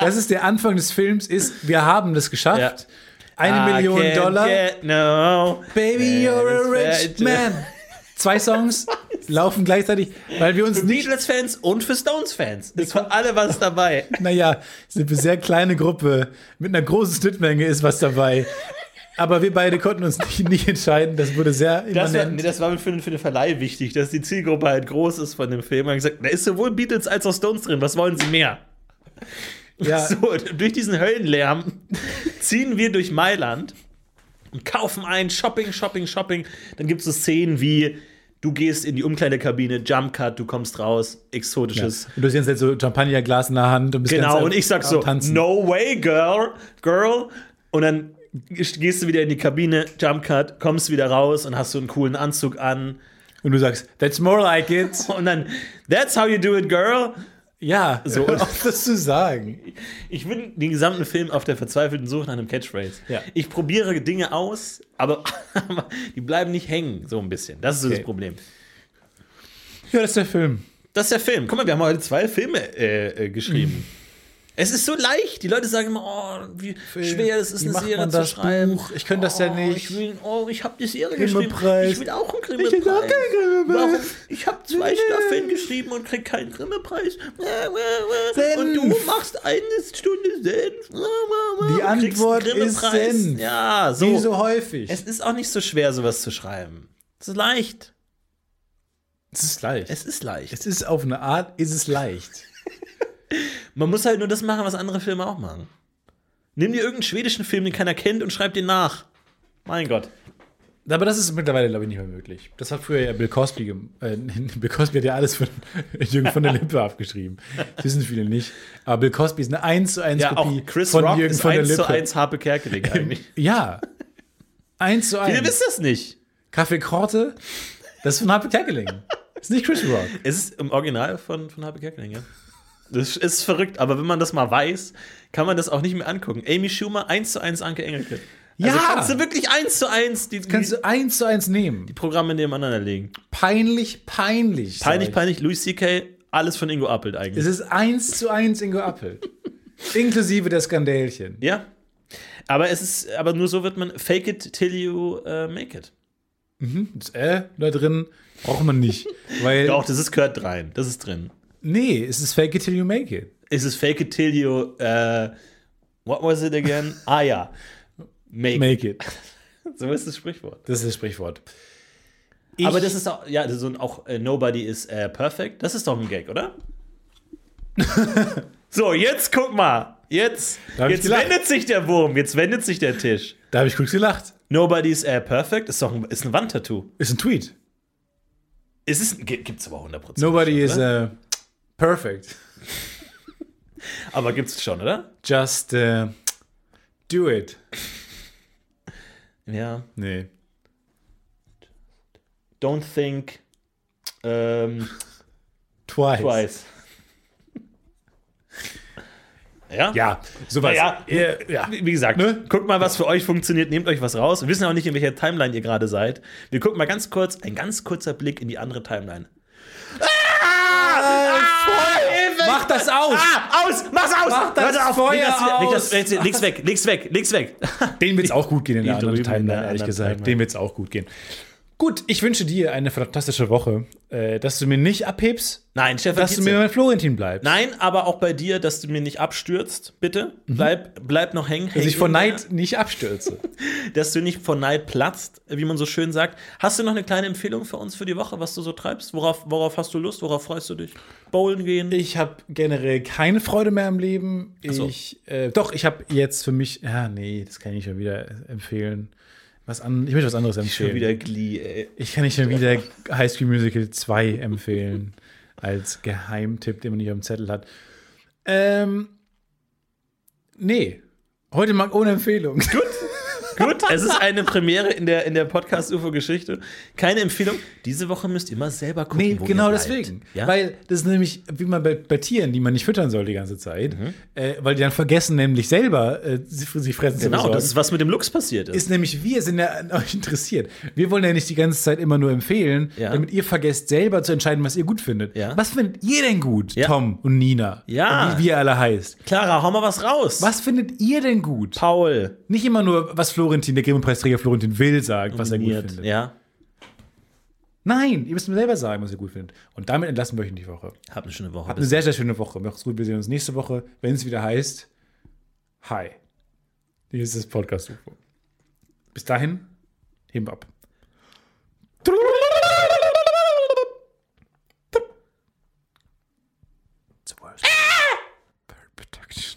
Speaker 1: Das ist der Anfang des Films, ist, wir haben das geschafft. Eine
Speaker 2: I
Speaker 1: Million
Speaker 2: can't
Speaker 1: Dollar.
Speaker 2: Get no.
Speaker 1: Baby, you're a
Speaker 2: that's
Speaker 1: rich
Speaker 2: bad.
Speaker 1: man. Zwei
Speaker 2: (laughs)
Speaker 1: Songs laufen gleichzeitig, weil wir uns nicht,
Speaker 2: Beatles-Fans und für Stones-Fans. Ist für alle was dabei.
Speaker 1: naja, sind eine sehr kleine Gruppe, mit einer großen Schnittmenge ist was dabei. Aber wir beide konnten uns nicht, nicht entscheiden, das wurde sehr
Speaker 2: (laughs) Das war, nee,
Speaker 1: immanent.
Speaker 2: das war mir für, den- für den Verleih wichtig, dass die Zielgruppe halt groß ist von dem Film. Und gesagt, da ist sowohl Beatles als auch Stones drin. Was wollen sie mehr?
Speaker 1: ja,
Speaker 2: (laughs) So, und durch diesen Höllenlärm ziehen wir durch Mailand und kaufen ein, Shopping, Shopping, Shopping. Dann gibt es so Szenen wie. Du gehst in die Umkleidekabine, Jump Cut, du kommst raus, exotisches.
Speaker 1: Und du hast jetzt halt so Champagnerglas in der Hand und bist
Speaker 2: Genau,
Speaker 1: ganz
Speaker 2: und ich sag so,
Speaker 1: am tanzen.
Speaker 2: no way, girl, girl. Und dann gehst du wieder in die Kabine, Jump Cut, kommst wieder raus und hast so einen coolen Anzug an.
Speaker 1: Und du sagst, that's more like it.
Speaker 2: Und dann, that's how you do it, girl.
Speaker 1: Ja, (laughs)
Speaker 2: So.
Speaker 1: so hör auf das zu sagen.
Speaker 2: Ich bin den gesamten Film auf der verzweifelten Suche nach einem Catchphrase.
Speaker 1: Ja.
Speaker 2: Ich probiere Dinge aus, aber, (laughs) aber die bleiben nicht hängen, so ein bisschen. Das ist so das
Speaker 1: Okay.
Speaker 2: Problem.
Speaker 1: Ja, das ist der Film.
Speaker 2: Das ist der Film. Guck mal, wir haben heute zwei Filme äh, äh, geschrieben.
Speaker 1: Mhm.
Speaker 2: Es ist so leicht. Die Leute sagen immer, oh, wie schwer es ist,
Speaker 1: Wie
Speaker 2: eine
Speaker 1: macht
Speaker 2: Serie
Speaker 1: man
Speaker 2: zu
Speaker 1: das
Speaker 2: schreiben.
Speaker 1: Buch? Ich könnte das ja nicht.
Speaker 2: Ich will, oh, ich habe die Serie geschrieben.
Speaker 1: Grimme-Preis.
Speaker 2: Ich will auch einen
Speaker 1: Ich will auch
Speaker 2: Grimme-Preis.
Speaker 1: keinen Grimme-Preis.
Speaker 2: Warum? Ich habe zwei Staffeln geschrieben und krieg keinen Grimme-Preis. Und du
Speaker 1: Senf.
Speaker 2: machst eine Stunde Senf.
Speaker 1: Die
Speaker 2: Und kriegst einen
Speaker 1: Antwort ist
Speaker 2: Grimme-Preis.
Speaker 1: Senf.
Speaker 2: Ja, so.
Speaker 1: Wie so häufig.
Speaker 2: Es ist auch nicht so schwer, sowas zu schreiben. Es ist leicht.
Speaker 1: Es ist leicht.
Speaker 2: Es ist leicht.
Speaker 1: Es ist auf eine Art, ist es leicht.
Speaker 2: Man muss halt nur das machen, was andere Filme auch machen. Nimm dir irgendeinen schwedischen Film, den keiner kennt, und schreib den nach. Mein Gott.
Speaker 1: Aber das ist mittlerweile, glaube ich, nicht mehr möglich. Das hat früher ja Bill Cosby gemacht. Äh, (laughs) Bill Cosby hat ja alles von (laughs) Jürgen von der Lippe abgeschrieben. Das wissen viele nicht. Aber Bill Cosby ist eine 1 zu 1
Speaker 2: Ja,
Speaker 1: Kopie
Speaker 2: auch Chris
Speaker 1: von
Speaker 2: Rock
Speaker 1: Jürgen
Speaker 2: ist
Speaker 1: von der
Speaker 2: 1
Speaker 1: Lippe.
Speaker 2: zu 1
Speaker 1: (laughs)
Speaker 2: Harpe Kerkeling eigentlich.
Speaker 1: Ja. 1 zu
Speaker 2: Ihr
Speaker 1: 1.
Speaker 2: wisst das nicht.
Speaker 1: Kaffee Korte, das ist von Harpe Kerkeling. Das ist nicht Chris Rock.
Speaker 2: Es ist im Original von, von Harpe Kerkeling, ja. Das ist verrückt, aber wenn man das mal weiß, kann man das auch nicht mehr angucken. Amy Schumer 1 zu 1 Anke Engelke. Also
Speaker 1: Ja!
Speaker 2: kannst du wirklich 1 zu 1 die, die,
Speaker 1: Kannst du 1 zu 1 nehmen.
Speaker 2: Programme nebeneinander legen.
Speaker 1: Peinlich, peinlich. sag
Speaker 2: Peinlich,
Speaker 1: ich.
Speaker 2: peinlich, Louis C.K., alles von Ingo Appelt eigentlich.
Speaker 1: Es ist 1 zu 1 Ingo Appel. Inklusive der Skandälchen.
Speaker 2: Ja. Aber es ist, aber nur so wird man fake it till you äh, make it.
Speaker 1: Das Äh da drin braucht man
Speaker 2: (laughs)
Speaker 1: nicht. Weil,
Speaker 2: Doch, das ist gehört rein. Das ist drin.
Speaker 1: nee, es ist fake it till you make it.
Speaker 2: Es ist fake it till you, äh, what was it (laughs) again? ah ja. Make.
Speaker 1: Make it.
Speaker 2: So ist das Sprichwort.
Speaker 1: Das ist das Sprichwort.
Speaker 2: aber das ist auch, ja, so ein, auch äh, nobody is äh, perfect. Das ist doch ein Gag, (laughs) oder? so, jetzt guck mal. Jetzt,
Speaker 1: Da hab ich
Speaker 2: jetzt
Speaker 1: gelacht.
Speaker 2: wendet sich der Wurm. Jetzt wendet sich der Tisch.
Speaker 1: Da habe ich kurz gelacht.
Speaker 2: Nobody is äh, perfect ist doch ein, ist ein Wandtattoo.
Speaker 1: Ist ein Tweet.
Speaker 2: Es ist, gibt's aber 100%.
Speaker 1: Nobody
Speaker 2: schon,
Speaker 1: is
Speaker 2: oder?
Speaker 1: äh, perfect.
Speaker 2: Aber gibt's schon, oder?
Speaker 1: Just äh, do it.
Speaker 2: Ja.
Speaker 1: Nee.
Speaker 2: Don't think (laughs) ähm,
Speaker 1: Twice.
Speaker 2: twice. ja?
Speaker 1: Ja, sowas.
Speaker 2: Naja,
Speaker 1: Äh, ja.
Speaker 2: Wie wie gesagt,
Speaker 1: Ne?
Speaker 2: guckt mal, was für euch funktioniert, nehmt euch was raus. Wir wissen auch nicht, in welcher Timeline ihr gerade seid. Wir gucken mal ganz kurz, ein ganz kurzer Blick in die andere Timeline.
Speaker 1: Mach das aus!
Speaker 2: Ah, aus! Mach's aus!
Speaker 1: Mach das
Speaker 2: Leute, auf!
Speaker 1: Feuer
Speaker 2: leg das, leg
Speaker 1: aus!
Speaker 2: das, leg das, leg's weg, leg's weg, leg's weg.
Speaker 1: Den wird's auch gut gehen in der
Speaker 2: die
Speaker 1: anderen
Speaker 2: drüben in
Speaker 1: Timeline,
Speaker 2: der
Speaker 1: ehrlich
Speaker 2: anderen
Speaker 1: gesagt.
Speaker 2: Timeline.
Speaker 1: Dem wird's auch gut gehen. Gut, ich wünsche dir eine fantastische Woche, äh, dass du mir nicht abhebst,
Speaker 2: Nein, Stefan,
Speaker 1: dass du mir mein Florentin bleibst.
Speaker 2: Nein, aber auch bei dir, dass du mir nicht abstürzt, bitte. Bleib, bleib noch hängen.
Speaker 1: Dass ich vor Neid nicht abstürze.
Speaker 2: dass du nicht vor Neid platzt, wie man so schön sagt. Hast du noch eine kleine Empfehlung für uns für die Woche, was du so treibst? Worauf, worauf hast du Lust? Worauf freust du dich? Bowlen gehen?
Speaker 1: Ich habe generell keine Freude mehr am Leben.
Speaker 2: so.
Speaker 1: Ich, äh, doch, ich habe jetzt für mich, ja, nee, das kann ich schon wieder empfehlen. Was an, ich möchte was anderes empfehlen.
Speaker 2: Glee, ey.
Speaker 1: ich kann nicht schon
Speaker 2: (laughs)
Speaker 1: wieder High School Musical 2 empfehlen. Als Geheimtipp, den man nicht auf dem Zettel hat. Ähm, nee. Heute mag ohne Empfehlung.
Speaker 2: Gut, es ist eine Premiere in der, in der Podcast-UFO-Geschichte. Keine Empfehlung. Diese Woche müsst ihr mal selber gucken.
Speaker 1: (laughs) Nee,
Speaker 2: wo ihr
Speaker 1: genau
Speaker 2: bleibt.
Speaker 1: deswegen.
Speaker 2: Ja?
Speaker 1: Weil das ist nämlich wie man bei, bei Tieren, die man nicht füttern soll die ganze Zeit,
Speaker 2: Mhm.
Speaker 1: äh, weil die dann vergessen, nämlich selber äh, sich sich fressen zu
Speaker 2: genau,
Speaker 1: besorgen.
Speaker 2: das ist, was mit dem Lux passiert ist.
Speaker 1: ist nämlich, wir sind ja an euch interessiert. Wir wollen ja nicht die ganze Zeit immer nur empfehlen,
Speaker 2: Ja.
Speaker 1: damit ihr vergesst, selber zu entscheiden, was ihr gut findet.
Speaker 2: Ja.
Speaker 1: Was findet ihr denn gut,
Speaker 2: Ja.
Speaker 1: Tom und Nina?
Speaker 2: Ja.
Speaker 1: Und Wie, wie ihr alle heißt.
Speaker 2: Clara, hau mal was raus.
Speaker 1: Was findet ihr denn gut?
Speaker 2: Paul.
Speaker 1: Nicht immer nur, was Florentin, der Grimme-Preisträger Florentin will, sagt, was er gut
Speaker 2: Niert.
Speaker 1: findet.
Speaker 2: Ja,
Speaker 1: Nein, ihr müsst mir selber sagen, was ihr gut findet. Und damit entlassen wir euch in die Woche.
Speaker 2: habt eine schöne Woche.
Speaker 1: Habt eine sehr, sehr schöne Woche. Macht's gut. Wir sehen uns nächste Woche, wenn es wieder heißt Hi. Hier ist das Podcast UFO. Bis dahin, heben wir ab. It's the worst. Bird protection.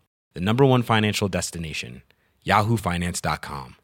Speaker 4: the number one financial destination, yahoofinance.com.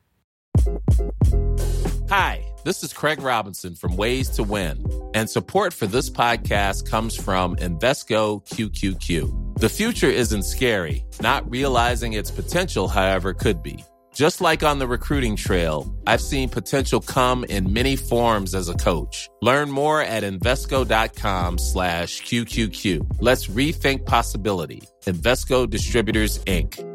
Speaker 5: Hi, this is Craig Robinson from Ways to Win, and support for this podcast comes from Invesco QQQ. The future isn't scary, not realizing its potential, however, could be. Just like on the recruiting trail, I've seen potential come in many forms as a coach. Learn more at Invesco.com slash QQQ. Let's rethink possibility. Invesco Distributors, Inc.